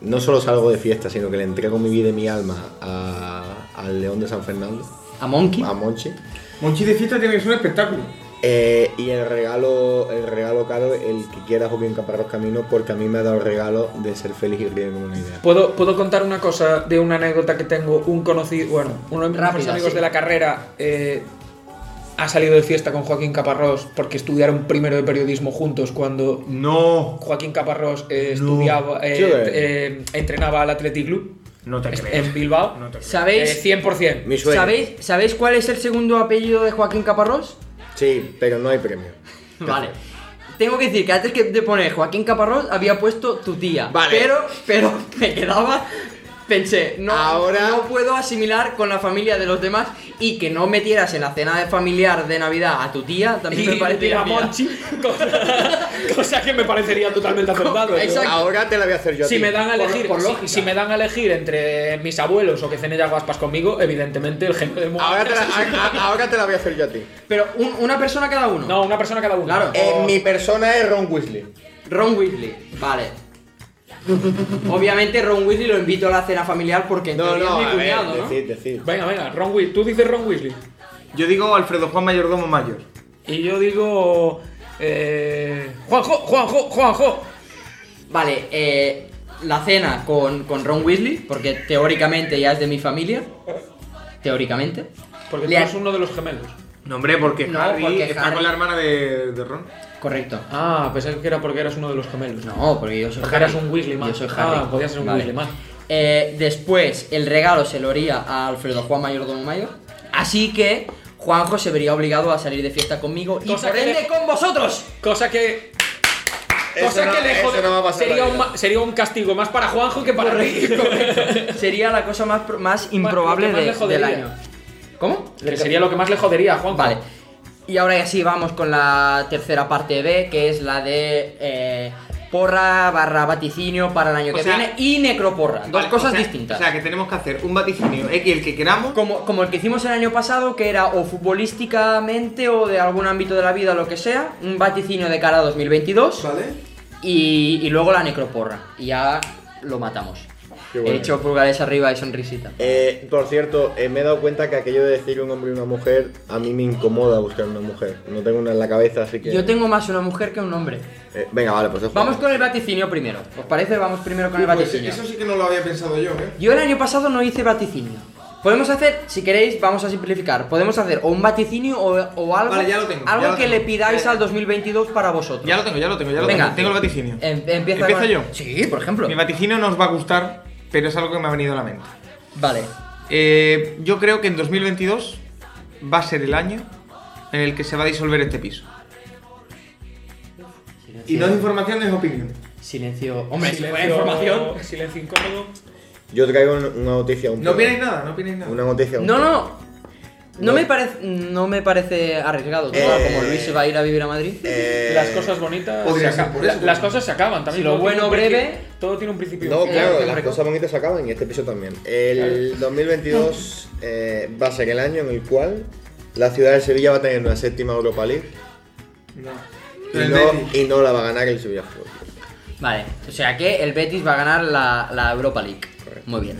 Speaker 4: no solo salgo de fiesta, sino que le entrego mi vida y mi alma a- al León de San Fernando,
Speaker 2: A Monchi.
Speaker 4: a Monchi.
Speaker 5: Monchi de fiesta tiene que ser un espectáculo.
Speaker 4: Eh, y el regalo, el regalo caro, el que quiera Joaquín Caparrós Camino, porque a mí me ha dado el regalo de ser feliz y ríe como una idea.
Speaker 3: ¿Puedo, puedo contar una cosa de una anécdota que tengo. Un conocido, bueno, uno de mis mejores
Speaker 2: Rápida,
Speaker 3: amigos
Speaker 2: sí.
Speaker 3: de la carrera eh, ha salido de fiesta con Joaquín Caparrós porque estudiaron primero de periodismo juntos cuando
Speaker 5: No.
Speaker 3: Joaquín Caparrós eh, estudiaba, eh,
Speaker 4: Sí, eh.
Speaker 3: eh, entrenaba al Athletic Club
Speaker 5: No te
Speaker 3: est-
Speaker 5: creo.
Speaker 3: en Bilbao.
Speaker 5: No te creo.
Speaker 2: ¿Sabéis?
Speaker 3: Eh, 100%.
Speaker 4: Mi sueño.
Speaker 2: ¿Sabéis, ¿Sabéis cuál es el segundo apellido de Joaquín Caparrós?
Speaker 4: Sí, pero no hay premio.
Speaker 2: Vale. Tengo que decir que antes que de poner Joaquín Caparrós había puesto tu tía.
Speaker 4: Vale.
Speaker 2: Pero, pero me quedaba. Pensé, no,
Speaker 4: Ahora-
Speaker 2: no puedo asimilar con la familia de los demás y que no metieras en la cena de familiar de Navidad a tu tía también me parece
Speaker 3: y a
Speaker 2: ironía.
Speaker 3: Monchi, cosa, cosa que me parecería totalmente acertado. pero-
Speaker 2: Exacto.
Speaker 4: Ahora te la voy a hacer yo. a
Speaker 3: Si
Speaker 4: ti.
Speaker 3: me dan a
Speaker 2: Por-
Speaker 3: elegir,
Speaker 2: por
Speaker 3: si-
Speaker 2: lógica.
Speaker 3: si, me dan a elegir entre mis abuelos o que cene ya guaspas conmigo, evidentemente el genio del mundo.
Speaker 4: Ahora te, la, a- a- ahora te la voy a hacer yo a ti.
Speaker 2: Pero un- una persona cada uno.
Speaker 3: No, una persona cada uno.
Speaker 2: Claro.
Speaker 4: Eh, mi persona es Ron Weasley.
Speaker 2: Ron Weasley, vale. Obviamente Ron Weasley lo invito a la cena familiar porque en teoría es mi
Speaker 4: a ver,
Speaker 2: cuñado, ¿no?
Speaker 4: decid, decid.
Speaker 3: Venga, venga, Ron Weasley. Tú dices Ron Weasley.
Speaker 5: Yo digo Alfredo Juan Mayordomo Mayor.
Speaker 3: Y yo digo. Eh, Juanjo, Juanjo, Juanjo.
Speaker 2: Vale, eh, la cena con, con Ron Weasley, porque teóricamente ya es de mi familia. Teóricamente.
Speaker 3: Porque
Speaker 2: Le
Speaker 3: tú
Speaker 2: ha-
Speaker 3: eres uno de los gemelos.
Speaker 5: No, hombre, porque
Speaker 2: No,
Speaker 5: Harry
Speaker 2: porque
Speaker 5: está
Speaker 2: Harry-
Speaker 5: con la hermana de, de Ron.
Speaker 2: Correcto.
Speaker 3: Ah, pensé que era porque eras uno de los gemelos.
Speaker 2: No, porque yo soy
Speaker 3: Porque
Speaker 2: Harry.
Speaker 3: eras un Weasley más.
Speaker 2: Yo soy Harry.
Speaker 3: Ah, podía ser un Weasley más.
Speaker 2: Eh, después, el regalo se lo haría a Alfredo Juan Mayordomo Mayor. Así que Juanjo se vería obligado a salir de fiesta conmigo y
Speaker 3: Cosa
Speaker 2: por
Speaker 3: que le-
Speaker 2: ende con vosotros.
Speaker 3: Cosa que.
Speaker 4: Eso
Speaker 3: Cosa
Speaker 4: no-
Speaker 3: que le
Speaker 4: eso
Speaker 3: jode-
Speaker 4: no va a pasar
Speaker 3: sería,
Speaker 4: la
Speaker 3: un,
Speaker 4: vida.
Speaker 3: ma- sería un castigo más para Juanjo que para mí.
Speaker 2: Sería la cosa más, pro- más improbable
Speaker 3: lo que más
Speaker 2: de-
Speaker 3: le jodería.
Speaker 2: del año. ¿Cómo?
Speaker 3: que sería lo que más le jodería a Juanjo.
Speaker 2: Vale. Y ahora ya sí, vamos con la tercera parte B, que es la de eh, porra barra vaticinio para el año
Speaker 5: O
Speaker 2: que
Speaker 5: sea-
Speaker 2: viene y necroporra. Dos
Speaker 5: Vale,
Speaker 2: cosas
Speaker 5: o sea-
Speaker 2: distintas.
Speaker 5: O sea, que tenemos que hacer un vaticinio X, el que queramos.
Speaker 2: como, como el que hicimos el año pasado, que era o futbolísticamente o de algún ámbito de la vida, lo que sea, un vaticinio de cara a 2022
Speaker 5: Vale.
Speaker 2: y, y luego la necroporra. Y ya lo matamos.
Speaker 4: Qué
Speaker 2: He
Speaker 4: bueno.
Speaker 2: dicho pulgares arriba y sonrisita.
Speaker 4: Eh, por cierto, eh, me he dado cuenta que aquello de decir un hombre y una mujer, a mí me incomoda buscar una mujer. No tengo una en la cabeza, así que.
Speaker 2: Yo tengo más una mujer que un hombre.
Speaker 4: Eh, venga, vale, pues eso.
Speaker 2: Vamos con el vaticinio primero. ¿Os parece? Vamos primero con el
Speaker 5: Pues
Speaker 2: vaticinio.
Speaker 5: eso sí que no lo había pensado yo, ¿eh?
Speaker 2: Yo el año pasado no hice vaticinio. Podemos hacer, si queréis, vamos a simplificar. Podemos hacer o un vaticinio o, o algo,
Speaker 5: Vale, ya lo tengo,
Speaker 2: algo
Speaker 5: ya lo
Speaker 2: que
Speaker 5: tengo.
Speaker 2: le pidáis
Speaker 5: Ya-
Speaker 2: al 2022 para vosotros.
Speaker 5: Ya lo tengo, ya lo tengo, ya lo
Speaker 2: Venga.
Speaker 5: tengo. Tengo el vaticinio.
Speaker 2: Em- empieza
Speaker 5: ¿Empiezo
Speaker 2: con-
Speaker 5: yo?
Speaker 2: Sí, por ejemplo.
Speaker 5: Mi vaticinio no os va a gustar, pero es algo que me ha venido a la mente.
Speaker 2: Vale.
Speaker 5: Eh, yo creo que en 2022 va a ser el año en el que se va a disolver este piso. Y no es información, es opinión.
Speaker 2: Silencio. Hombre, si fuera
Speaker 3: Silencio-
Speaker 2: información.
Speaker 3: Silencio incómodo.
Speaker 4: Yo traigo un- una noticia un
Speaker 5: No
Speaker 4: poco-
Speaker 5: opináis nada, no opináis nada.
Speaker 4: Una noticia un
Speaker 2: No,
Speaker 4: poco.
Speaker 2: no. No
Speaker 4: No.
Speaker 2: me parece no me parece arriesgado. Claro,
Speaker 4: Eh,
Speaker 2: como Luis se va a ir a vivir a Madrid.
Speaker 4: Eh,
Speaker 3: Las cosas bonitas.
Speaker 5: podría
Speaker 3: se
Speaker 5: ser
Speaker 3: aca-
Speaker 5: por eso.
Speaker 3: la- las cosas se acaban también.
Speaker 2: Si lo
Speaker 3: todo tiene
Speaker 2: bueno
Speaker 3: un principio-
Speaker 2: breve-
Speaker 3: Todo tiene un principio.
Speaker 4: No,
Speaker 2: Sí,
Speaker 4: claro,
Speaker 2: hombre,
Speaker 4: las
Speaker 2: claro.
Speaker 4: cosas bonitas se acaban y este piso también. El 2022 eh, va a ser el año en el cual la ciudad de Sevilla va a tener una séptima Europa League
Speaker 5: No.
Speaker 4: y
Speaker 5: Pero el
Speaker 4: no,
Speaker 5: Betis.
Speaker 4: y no la va a ganar el Sevilla Fútbol. Club.
Speaker 2: Vale, o sea que el Betis va a ganar la, la Europa League. Muy bien.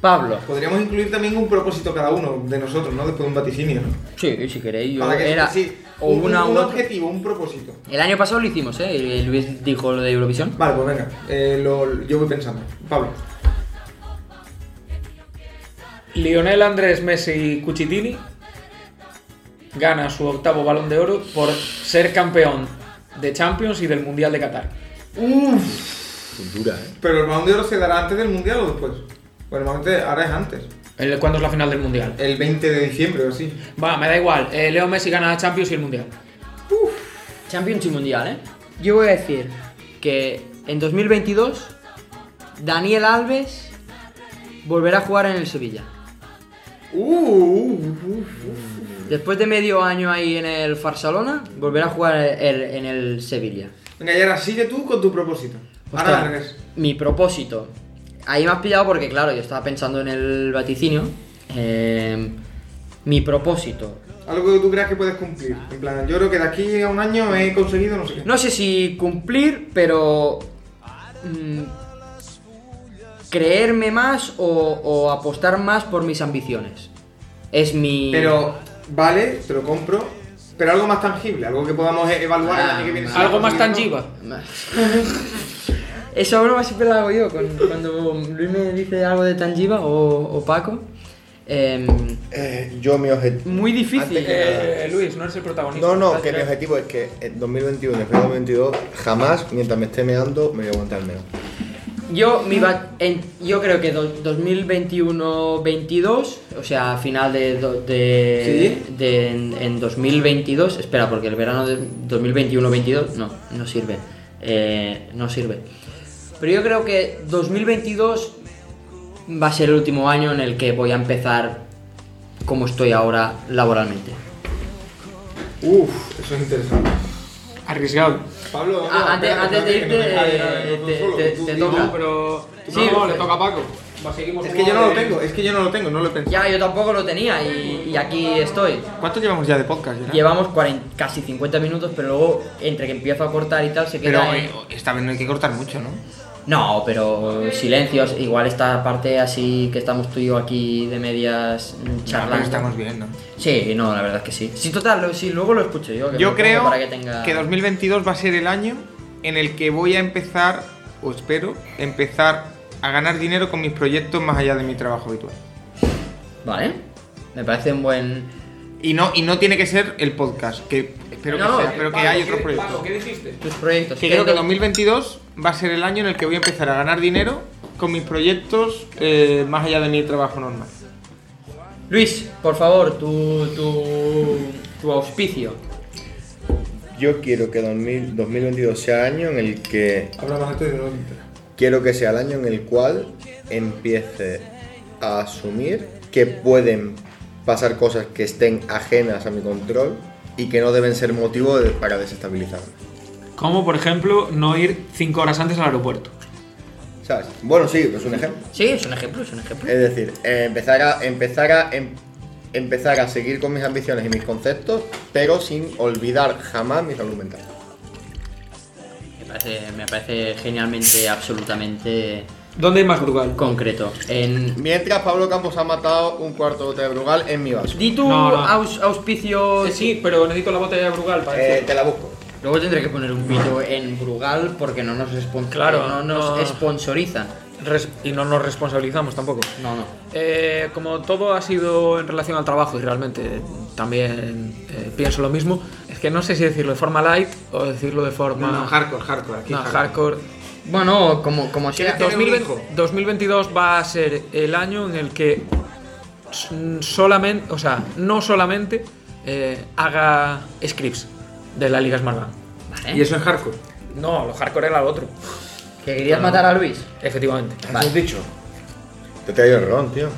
Speaker 2: Pablo.
Speaker 5: Podríamos incluir también un propósito cada uno de nosotros, ¿no? Después de un vaticinio, ¿no?
Speaker 2: Sí, si queréis, yo
Speaker 5: Para que-
Speaker 2: era
Speaker 5: sí,
Speaker 2: o
Speaker 5: un,
Speaker 2: una
Speaker 5: un
Speaker 2: u otra.
Speaker 5: objetivo, un propósito.
Speaker 2: El año pasado lo hicimos, ¿eh? Y Luis dijo lo de Eurovisión.
Speaker 5: Vale, pues venga, eh, lo- yo voy pensando. Pablo.
Speaker 3: Lionel Andrés Messi Cuchitini gana su octavo balón de oro por ser campeón de Champions y del Mundial de Qatar.
Speaker 5: Uff.
Speaker 4: Dura, ¿eh?
Speaker 5: Pero el balón de oro se dará antes del mundial o después. Pues Bueno, normalmente ahora es antes.
Speaker 3: El- ¿Cuándo es la final del Mundial?
Speaker 5: El 20 de diciembre o así.
Speaker 3: Va, me da igual. Eh, Leo Messi gana la Champions y el Mundial.
Speaker 2: Champions y Mundial, ¿eh? Yo voy a decir que en 2022 Daniel Alves volverá a jugar en el Sevilla.
Speaker 5: Uh, uh, uh, uh.
Speaker 2: Después de medio año ahí en el Barcelona, volverá a jugar el- en el Sevilla.
Speaker 5: Venga, y ahora sigue tú con tu propósito.
Speaker 2: Ostras,
Speaker 5: Ahora al revés.
Speaker 2: mi propósito. Ahí me has pillado porque, claro, yo estaba pensando en el vaticinio. Eh, mi propósito.
Speaker 5: Algo que tú creas que puedes cumplir. En plan, yo creo que de aquí a un año he conseguido no sé qué.
Speaker 2: No sé si cumplir, pero. mm, creerme más o, o apostar más por mis ambiciones. Es mi.
Speaker 5: Pero vale, te lo compro. Pero algo más tangible, algo que podamos e- evaluar el
Speaker 2: Ah,
Speaker 5: año que viene.
Speaker 3: Algo más tangible.
Speaker 5: tangible
Speaker 2: Esa broma siempre la hago yo con- cuando Luis me dice algo de Tangiva o, o Paco. Em,
Speaker 4: Eh, yo mi objetivo.
Speaker 2: muy difícil.
Speaker 4: Antes que nada-
Speaker 3: Eh, Luis, no eres el protagonista.
Speaker 4: No, no,
Speaker 3: Estás
Speaker 4: que mi
Speaker 3: creando-
Speaker 4: objetivo es que en 2021 y 2022 jamás, mientras me esté meando, me voy a aguantar el meo.
Speaker 2: Yo, mi va- en- yo creo que do- 2021-22, o sea, final de, do- de, de- en, en 2022, espera, porque el verano de 2021-22 no, no sirve, eh, no sirve. Pero yo creo que 2022 va a ser el último año en el que voy a empezar como estoy ahora laboralmente.
Speaker 5: Uf, eso es interesante.
Speaker 3: Arriesgado.
Speaker 5: Pablo, vamos
Speaker 2: Ah,
Speaker 5: a-
Speaker 2: antes-
Speaker 5: espérate,
Speaker 2: antes de
Speaker 5: espérate, que
Speaker 2: irte,
Speaker 5: no me dejáis,
Speaker 2: eh,
Speaker 5: no,
Speaker 2: te-
Speaker 5: solo,
Speaker 2: te-
Speaker 5: tú
Speaker 2: te
Speaker 5: di,
Speaker 2: toca.
Speaker 5: no,
Speaker 3: pero.
Speaker 2: Sí, pues,
Speaker 3: no,
Speaker 2: le
Speaker 3: toca a Paco. seguimos
Speaker 5: Es que yo no lo tengo, es que yo no lo tengo, no lo he pensado.
Speaker 2: Ya, yo tampoco lo tenía y, y aquí estoy.
Speaker 5: ¿Cuánto llevamos ya de podcast? Gerard?
Speaker 2: Llevamos 40 casi 50 minutos, pero luego entre que empiezo a cortar y tal se
Speaker 5: Pero
Speaker 2: queda. en-
Speaker 5: eh, esta vez no hay que cortar mucho, ¿no?
Speaker 2: No, pero silencios. Igual esta parte así que estamos tú y yo aquí de medias mm,
Speaker 5: Pero
Speaker 2: charlando.
Speaker 5: estamos bien, ¿no?
Speaker 2: Sí, no, la verdad es que sí. Sí, total, lo- sí, luego lo escucho yo. que me
Speaker 5: Yo
Speaker 2: lo pongo
Speaker 5: creo
Speaker 2: para
Speaker 5: que,
Speaker 2: tenga-
Speaker 5: 2022 va a ser el año en el que voy a empezar, o espero, empezar a ganar dinero con mis proyectos más allá de mi trabajo habitual.
Speaker 2: Vale, me parece un buen.
Speaker 5: Y no, y no tiene que ser el podcast, que espero
Speaker 2: No,
Speaker 5: que sea, pero que hay otros proyectos.
Speaker 3: ¿qué dijiste?
Speaker 2: Tus proyectos.
Speaker 5: Que
Speaker 2: ¿Qué-
Speaker 5: creo que
Speaker 2: qué-
Speaker 5: 2022 va a ser el año en el que voy a empezar a ganar dinero con mis proyectos eh, más allá de mi trabajo normal.
Speaker 2: Luis, por favor, tu, tu, tu auspicio.
Speaker 4: Yo quiero que 2000 2022 sea año en el que
Speaker 5: Habla más de no
Speaker 4: quiero que sea el año en el cual empiece a asumir que pueden pasar cosas que estén ajenas a mi control y que no deben ser motivo de- para desestabilizarme.
Speaker 3: Como por ejemplo no ir 5 horas antes al aeropuerto.
Speaker 4: ¿Sabes? Bueno, sí, es un ejemplo.
Speaker 2: Sí, es un ejemplo, es un ejemplo.
Speaker 4: Es decir, eh, empezar a empezar a em- empezar a seguir con mis ambiciones y mis conceptos, pero sin olvidar jamás mi salud mental.
Speaker 2: Me parece, me parece genialmente, absolutamente
Speaker 3: ¿Dónde es más brutal?
Speaker 2: concreto. En,
Speaker 4: Mientras Pablo Campos ha matado un cuarto de Brugal en mi vaso.
Speaker 2: di tu
Speaker 3: No, no.
Speaker 2: aus- auspicio.
Speaker 3: Sí, sí, pero necesito la botella de Brugal para
Speaker 4: Eh,
Speaker 3: decirlo.
Speaker 4: te la busco.
Speaker 2: Luego tendré que poner un pito en Brugal porque no nos, espon-
Speaker 3: Claro,
Speaker 2: no nos
Speaker 3: no.
Speaker 2: sponsorizan.
Speaker 3: Res- Y no nos responsabilizamos tampoco.
Speaker 2: No, no.
Speaker 3: Eh, como todo ha sido en relación al trabajo y realmente también eh, pienso lo mismo, es que no sé si decirlo de forma light o decirlo de forma...
Speaker 5: No, no, hardcore, hardcore. Aquí
Speaker 3: No,
Speaker 5: hardcore.
Speaker 3: hardcore.
Speaker 2: Bueno, como, como
Speaker 5: ¿Qué
Speaker 2: sea.
Speaker 5: tiene un
Speaker 3: 2020
Speaker 5: hijo?
Speaker 3: 2022 va a ser el año en el que s- solamente, o sea, no solamente eh, haga scripts de la Liga Smart Bank.
Speaker 2: Vale.
Speaker 5: Y eso es hardcore.
Speaker 3: No, lo hardcore era lo otro,
Speaker 2: ¿Que querías matar a Luis?
Speaker 3: efectivamente.
Speaker 2: Vale.
Speaker 4: dicho? Te he traído el ron, tío.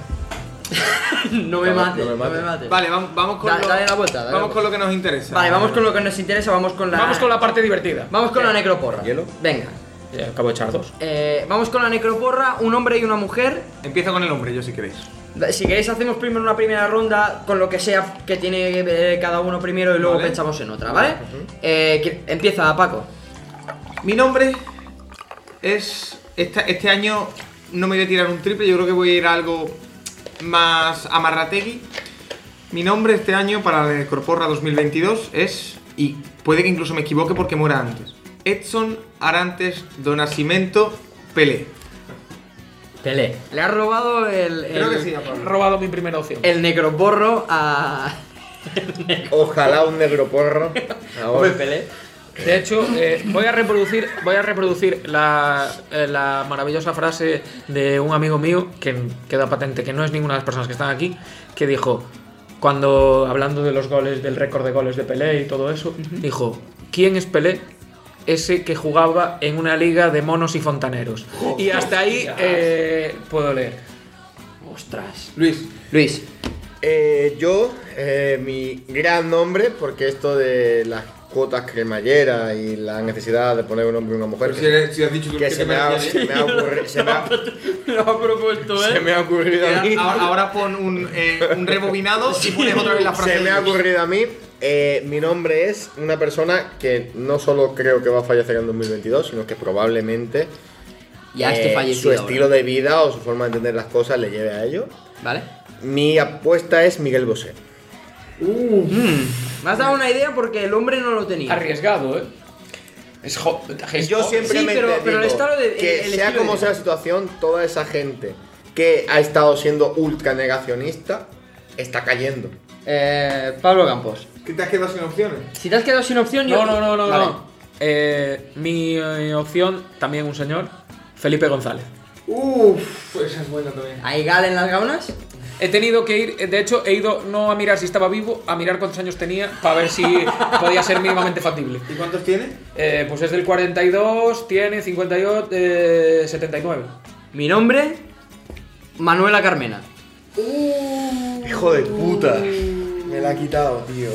Speaker 2: no me
Speaker 4: No,
Speaker 2: mates, no
Speaker 4: no me
Speaker 2: me
Speaker 4: mates.
Speaker 2: mates.
Speaker 5: Vale, vamos, vamos con,
Speaker 2: Da-
Speaker 5: lo,
Speaker 2: dale la vuelta, dale la
Speaker 5: vamos
Speaker 2: vuelta.
Speaker 5: con lo que nos interesa.
Speaker 2: Vale, vamos con lo que nos interesa, vamos con la.
Speaker 3: Vamos con la parte divertida.
Speaker 2: Vamos con la necroporra.
Speaker 4: ¿Hielo?
Speaker 2: Venga.
Speaker 3: Eh, Acabo de echar dos.
Speaker 2: Eh, vamos con la necroporra, un hombre y una mujer.
Speaker 5: Empieza con el hombre, yo si queréis.
Speaker 2: Si queréis hacemos primero una primera ronda con lo que sea que tiene eh, cada uno primero y luego
Speaker 5: Vale.
Speaker 2: pensamos en otra, ¿vale? Eh, que- empieza Paco.
Speaker 5: Mi nombre es. esta- este año no me voy a tirar un triple, yo creo que voy a ir a algo más amarrategui. Mi nombre este año para el Corporra 2022 es, y puede que incluso me equivoque porque muera antes, Edson Arantes Donacimento Pelé.
Speaker 2: Pelé. Le has robado el. el
Speaker 5: Creo que sí, a
Speaker 3: He
Speaker 5: Pablo.
Speaker 3: robado mi primera opción.
Speaker 2: El necroporro a.
Speaker 4: Ojalá un negro porro.
Speaker 2: Hombre,
Speaker 4: Ahora.
Speaker 2: Pelé.
Speaker 3: De hecho, eh, voy a reproducir, voy a reproducir la, eh, la maravillosa frase de un amigo mío que queda patente, que no es ninguna de las personas que están aquí, que dijo cuando hablando de los goles, del récord de goles de Pelé y todo eso, dijo ¿quién es Pelé? Ese que jugaba en una liga de monos y fontaneros. y hasta ahí eh, puedo leer.
Speaker 2: Ostras.
Speaker 5: Luis,
Speaker 2: Luis.
Speaker 4: Eh, yo, eh, mi gran nombre, porque esto de las cuotas cremalleras y la necesidad de poner un hombre y una mujer,
Speaker 5: pero si, eres- si has dicho tú
Speaker 4: que se me ha se me ha ocurri- se me ha-
Speaker 2: Lo ha propuesto,
Speaker 5: ¿eh?
Speaker 4: se me ha ocurrido a mí.
Speaker 5: ahora, ahora pon un, eh, un rebobinado y pones otra vez la frase.
Speaker 4: Se
Speaker 5: de
Speaker 4: me ha
Speaker 5: Luis.
Speaker 4: ocurrido a mí. eh, mi nombre es una persona que no solo creo que va a fallecer en 2022, sino que probablemente
Speaker 2: Ya
Speaker 4: eh,
Speaker 2: esté fallecido.
Speaker 4: su estilo de vida o su forma de entender las cosas le lleve a ello.
Speaker 2: ahora. ¿Vale?
Speaker 4: Mi apuesta es Miguel Bosé.
Speaker 2: Mm, Me has dado una idea porque el hombre no lo tenía.
Speaker 3: Arriesgado, ¿eh? Es jo- es
Speaker 4: Yo
Speaker 3: jo-
Speaker 4: siempre
Speaker 2: sí,
Speaker 4: me
Speaker 2: pero-
Speaker 4: digo
Speaker 2: pero el estado de-
Speaker 4: que
Speaker 2: el- el
Speaker 4: sea
Speaker 2: estilo
Speaker 4: como
Speaker 2: de-
Speaker 4: sea la situación, toda esa gente que ha estado siendo ultra negacionista está cayendo.
Speaker 2: Eh, Pablo Campos.
Speaker 5: ¿Qué te has quedado sin opciones?
Speaker 2: Si te has quedado sin opción, yo.
Speaker 3: No, no, no, no,
Speaker 2: Vale.
Speaker 3: no. Eh, mi eh, opción, también un señor, Felipe González.
Speaker 5: Uff, esa es buena también.
Speaker 2: ¿Hay gal en las gaunas?
Speaker 3: He tenido que ir, eh, de hecho, he ido no a mirar si estaba vivo, a mirar cuántos años tenía para ver si podía ser mínimamente factible.
Speaker 5: ¿Y cuántos tiene?
Speaker 3: Eh, pues es del 42, tiene 58, eh, 79.
Speaker 2: Mi nombre. Manuela Carmena.
Speaker 4: Hijo de puta. Me la ha quitado, tío.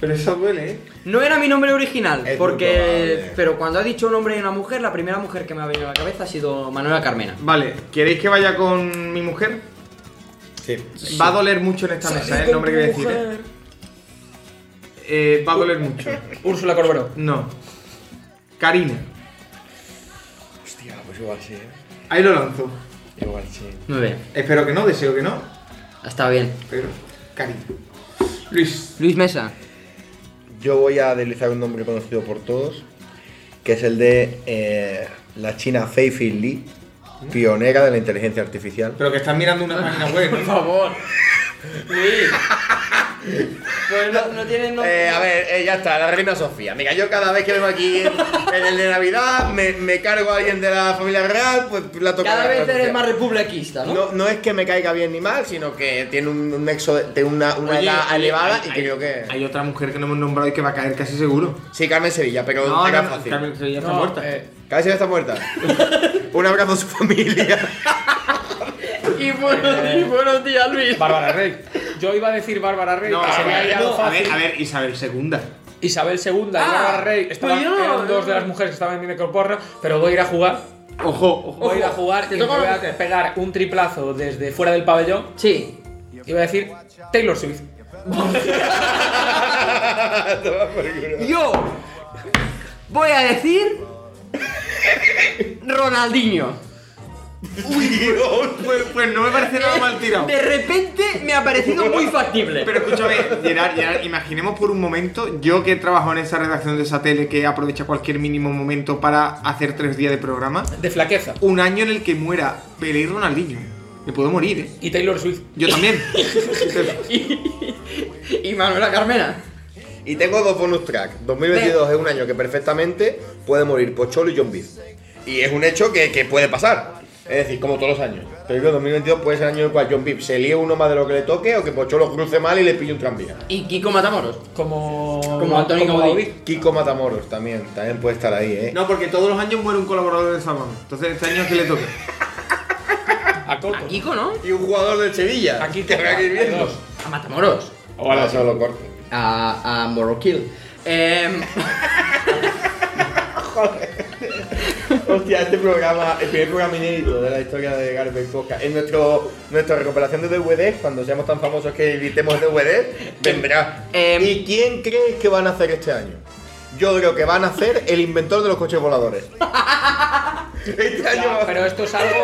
Speaker 5: Pero eso duele, ¿eh?
Speaker 2: No era mi nombre original,
Speaker 4: Es muy
Speaker 2: porque.
Speaker 4: probable.
Speaker 2: Pero cuando ha dicho un hombre y una mujer, la primera mujer que me ha venido a la cabeza ha sido Manuela Carmena.
Speaker 5: Vale, ¿queréis que vaya con mi mujer?
Speaker 4: Sí.
Speaker 5: Va a doler mucho en esta mesa, ¿eh? El nombre que voy a decir. ¿eh? Eh, va a doler mucho.
Speaker 3: Úrsula Corberó.
Speaker 5: No. Karina.
Speaker 4: Hostia, pues igual sí, eh.
Speaker 5: Ahí lo lanzo.
Speaker 4: Igual sí.
Speaker 2: Muy bien,
Speaker 5: Espero que no, deseo que no.
Speaker 2: ha estado bien.
Speaker 5: Pero. Karina. Luis.
Speaker 2: Luis Mesa.
Speaker 4: Yo voy a deslizar un nombre conocido por todos, que es el de eh, la china Fei Fei Li, ¿Mm? pionera de la inteligencia artificial.
Speaker 5: Pero que estás mirando una página web, ¿no?
Speaker 2: favor. Luis. Pues no, no tienes nombre.
Speaker 4: Eh, a ver, eh, ya está, la reina Sofía. Mira, yo cada vez que vengo aquí en, en el de Navidad, me, me cargo a alguien de la familia real, pues la toco.
Speaker 2: Cada
Speaker 4: la
Speaker 2: vez
Speaker 4: reina
Speaker 2: eres
Speaker 4: Sofía.
Speaker 2: más republiquista, ¿no?
Speaker 4: No, no es que me caiga bien ni mal, sino que tiene un, un nexo, de- tiene una, una
Speaker 5: Oye,
Speaker 4: edad
Speaker 5: oye,
Speaker 4: Ah, elevada
Speaker 5: hay-
Speaker 4: y
Speaker 5: hay-
Speaker 4: creo que.
Speaker 5: Hay otra mujer que no hemos nombrado y que va a caer casi seguro.
Speaker 4: Sí, Carmen Sevilla, pero
Speaker 5: No,
Speaker 4: era
Speaker 5: no, no,
Speaker 4: fácil.
Speaker 5: Carmen Sevilla está
Speaker 3: No,
Speaker 5: muerta.
Speaker 3: eh,
Speaker 4: Carmen Sevilla está muerta. un abrazo a su familia.
Speaker 2: Y buenos, y buenos días, Luis.
Speaker 3: Bárbara Rey. Yo iba a decir Bárbara Rey,
Speaker 5: No,
Speaker 3: que se me ha liado
Speaker 5: a ver,
Speaker 3: fácil.
Speaker 5: a ver, Isabel Segunda.
Speaker 3: Isabel II y
Speaker 2: Ah,
Speaker 3: Bárbara Rey
Speaker 2: pues
Speaker 3: estaban,
Speaker 2: yo no-
Speaker 3: eran dos de las mujeres que estaban en mi necroporra, pero voy a ir a jugar.
Speaker 5: Ojo, ojo.
Speaker 3: Voy a ir a jugar
Speaker 2: te
Speaker 3: y me
Speaker 2: toca
Speaker 3: voy
Speaker 2: la
Speaker 3: a
Speaker 2: mujer.
Speaker 3: pegar un triplazo desde fuera del pabellón
Speaker 2: Sí.
Speaker 3: Iba a decir Taylor Swift.
Speaker 2: Yo voy a decir Ronaldinho.
Speaker 5: Pues, pues no me parece nada mal tirado.
Speaker 2: De repente me ha parecido muy factible.
Speaker 5: Pero escúchame, Gerard, Gerard, imaginemos por un momento, yo que trabajo en esa redacción de esa tele que aprovecha cualquier mínimo momento para hacer tres días de programa,
Speaker 3: De flaqueza.
Speaker 5: un año en el que muera Pelé y Ronaldinho. Me puedo morir, ¿eh?
Speaker 3: Y Taylor Swift.
Speaker 5: Yo también.
Speaker 2: y Manuela Carmena.
Speaker 4: Y tengo dos bonus track. 2022 es un año que perfectamente puede morir Pocholo y John Beef. Y es un hecho que, que puede pasar. Es decir, como todos los años. Pero yo creo que 2022 puede ser el año en el cual John Beef se líe uno más de lo que le toque o que Pocholo cruce mal y le pille un tranvía.
Speaker 2: Y Kiko Matamoros.
Speaker 3: Como.
Speaker 2: Como Antonio Gaudí.
Speaker 4: Kiko Matamoros también, también puede estar ahí, ¿eh?
Speaker 5: No, porque todos los años muere un colaborador de Salvador. Entonces este año es que le toca.
Speaker 3: A
Speaker 2: A
Speaker 3: Coco.
Speaker 2: Kiko, ¿no?
Speaker 4: Y un jugador del Sevilla.
Speaker 3: Aquí
Speaker 4: que habrá que ir viendo.
Speaker 2: A Matamoros.
Speaker 4: Ojalá se lo corte.
Speaker 2: A, a Morroquil. Em,
Speaker 4: Hostia, este programa, el primer programa inédito de la historia de Garvey Podcast. En nuestro, nuestra recuperación de DVD, cuando seamos tan famosos que editemos DVD, vendrá.
Speaker 2: Em.
Speaker 4: ¿Y quién crees que van a hacer este año? Yo creo que van a hacer el inventor de los coches voladores. Este año va a
Speaker 3: Pero esto es algo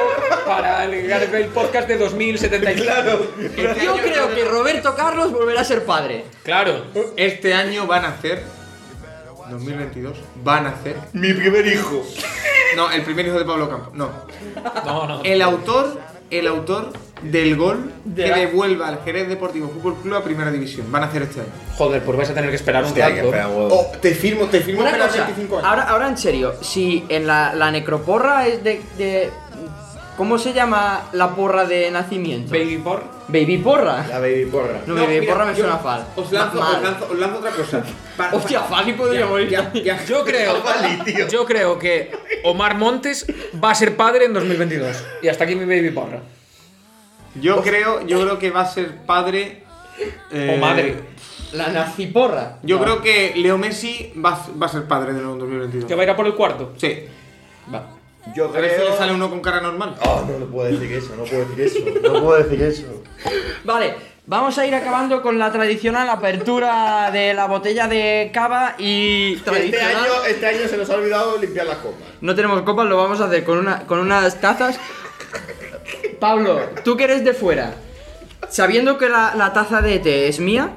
Speaker 3: para el Garfield Podcast de 2075.
Speaker 4: Claro.
Speaker 2: yo creo que Roberto Carlos volverá a ser padre.
Speaker 3: Claro.
Speaker 5: Este año van a hacer. 2022. Van a hacer.
Speaker 4: Mi primer hijo.
Speaker 5: No, el primer hijo de Pablo Campos. No.
Speaker 3: No, no.
Speaker 5: El autor. El autor del gol
Speaker 2: De
Speaker 5: que
Speaker 2: la-
Speaker 5: devuelva al Jerez Deportivo Fútbol Club a primera división. Van a hacer este año.
Speaker 3: Joder, pues vais a tener que esperar un
Speaker 4: Hostia, hay que
Speaker 3: rato.
Speaker 4: esperar un huevo.
Speaker 5: Oh, te firmo, te firmo
Speaker 2: Una
Speaker 5: para
Speaker 2: cosa,
Speaker 5: 25 años.
Speaker 2: ahora, ahora en serio, si en la, la necroporra es de, de- ¿Cómo se llama la porra de nacimiento?
Speaker 3: Baby por.
Speaker 2: Baby porra.
Speaker 4: La baby porra.
Speaker 2: No, baby
Speaker 5: mira,
Speaker 2: porra me
Speaker 5: yo
Speaker 2: suena fal.
Speaker 5: Os lanzo,
Speaker 2: mal.
Speaker 5: os lanzo, os lanzo otra cosa. Pa- pa-
Speaker 2: Hostia, Fali podría morir.
Speaker 5: ya, ya.
Speaker 3: Yo creo. Yo creo que Omar Montes va a ser padre en 2022. Y hasta aquí mi baby porra.
Speaker 5: Yo creo, yo creo que va a ser padre. eh,
Speaker 3: O madre.
Speaker 2: La naziporra.
Speaker 5: Yo creo que Leo Messi va, a- va a ser padre de nuevo en 2022.
Speaker 3: Que va a ir a por el cuarto.
Speaker 5: Sí.
Speaker 3: Va.
Speaker 4: Yo
Speaker 5: A ver si
Speaker 4: creo.
Speaker 5: le sale uno con cara normal.
Speaker 4: Oh, no, no puedo decir eso, no puedo decir eso. No puedo decir eso.
Speaker 2: Vale, vamos a ir acabando con la tradicional apertura de la botella de cava y
Speaker 4: Este
Speaker 2: tradicional.
Speaker 4: año, este año se nos ha olvidado limpiar las copas.
Speaker 2: No tenemos copas, lo vamos a hacer con, una, con unas tazas. Pablo, tú que eres de fuera, sabiendo que la, la taza de té es mía,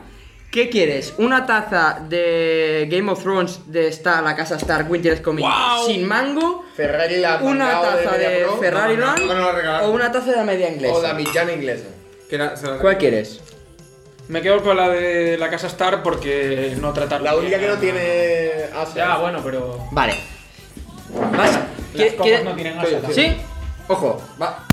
Speaker 2: ¿qué quieres? ¿Una taza de Game of Thrones de Star, la casa Stark Winter Coming
Speaker 3: ¡Guau!
Speaker 2: sin mango?
Speaker 4: Ferrari la ha
Speaker 2: ¿Una
Speaker 4: sacado
Speaker 2: taza de,
Speaker 4: Mediapro.
Speaker 2: Ferrari
Speaker 5: No, no,
Speaker 2: Land?
Speaker 5: no, no la regalaron.
Speaker 2: ¿O una taza de la media inglesa?
Speaker 4: O la millana inglesa.
Speaker 5: Que era- se la-
Speaker 2: ¿Cuál quieres?
Speaker 3: Me quedo con la de la casa Star porque no tratar.
Speaker 4: La única que no tiene
Speaker 3: Ya,
Speaker 4: Asia.
Speaker 3: bueno, pero.
Speaker 2: Vale. Vas.
Speaker 3: Las
Speaker 2: ¿Quie-
Speaker 3: copas
Speaker 2: quieres-
Speaker 3: no tienen asa. tampoco.
Speaker 2: ¿Sí? Ojo, va.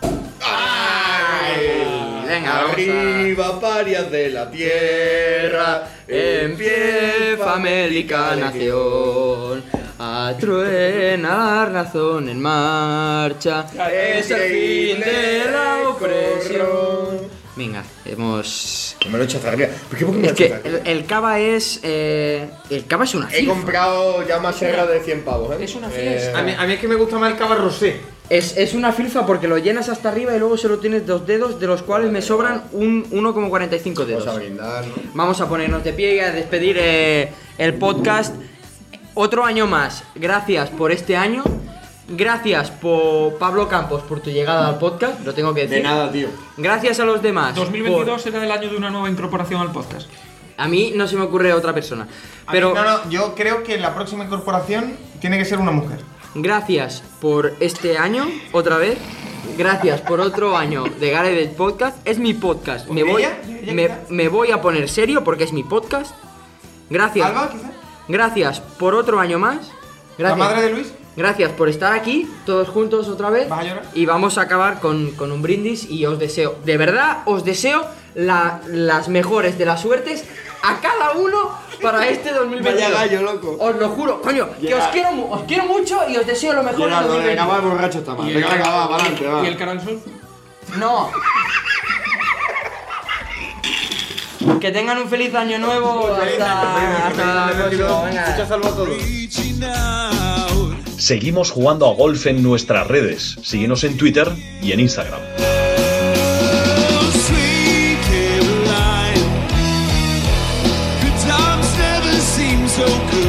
Speaker 2: Venga, vamos a-
Speaker 4: Arriba, parias de la tierra.
Speaker 2: Empieza América nación a truenar razón en marcha. Es el fin de la opresión. Venga, hemos.
Speaker 4: No me lo echas arriba. ¿Por qué por qué me
Speaker 2: Es
Speaker 4: lo
Speaker 2: que
Speaker 4: echas
Speaker 2: el,
Speaker 4: arriba?
Speaker 2: el cava es. eh, el cava es una
Speaker 4: He
Speaker 2: cifra.
Speaker 4: comprado ya más serra de 100 pavos, ¿eh?
Speaker 3: Es una fiesta.
Speaker 5: A mí, a mí es que me gusta más el cava rosé.
Speaker 2: Es, es una filfa porque lo llenas hasta arriba y luego solo tienes dos dedos, de los cuales me sobran un 1,45
Speaker 4: Vamos a
Speaker 2: dedos.
Speaker 4: brindar, ¿no?
Speaker 2: Vamos a ponernos de pie y a despedir eh, el podcast. Otro año más. Gracias por este año. Gracias por Pablo Campos por tu llegada al podcast. Lo tengo que decir.
Speaker 4: De nada, tío.
Speaker 2: Gracias a los demás. por-
Speaker 3: 2022 será el año de una nueva incorporación al podcast.
Speaker 2: A mí no se me ocurre otra persona.
Speaker 5: A mí,
Speaker 2: Pero
Speaker 5: no, no, yo creo que la próxima incorporación tiene que ser una mujer.
Speaker 2: gracias por este año otra vez. Gracias por otro año de Gareth Podcast. Es mi podcast. Me voy,
Speaker 5: Debería, debería
Speaker 2: me,
Speaker 5: quizás.
Speaker 2: me voy a poner serio porque es mi podcast. Gracias.
Speaker 5: Alba, quizás.
Speaker 2: Gracias por otro año más.
Speaker 5: La
Speaker 2: Gracias.
Speaker 5: madre de Luis.
Speaker 2: Gracias por estar aquí, todos juntos otra vez.
Speaker 5: ¿Vas a llorar?
Speaker 2: Y vamos a acabar con, con un brindis y os deseo, de verdad, os deseo la- las mejores de las suertes a cada uno para este 2022.
Speaker 4: Vaya gallo, loco.
Speaker 2: Os lo juro, coño, que os
Speaker 4: Gerard.
Speaker 2: quiero, mu- os quiero mucho y os deseo lo mejor en
Speaker 4: Gerardo, lo de
Speaker 2: 2022.
Speaker 4: grabar borracho está mal. Venga,
Speaker 3: Car-
Speaker 4: va, adelante, va.
Speaker 3: ¿Y el Canal Sur?
Speaker 2: No. Que tengan un feliz año nuevo hasta, hasta el próximo. Venga.
Speaker 5: Muchas salvo a todos.
Speaker 1: Seguimos jugando a golf en nuestras redes. Síguenos en Twitter y en Instagram.
Speaker 10: Sweet Caroline, good times never seem so good.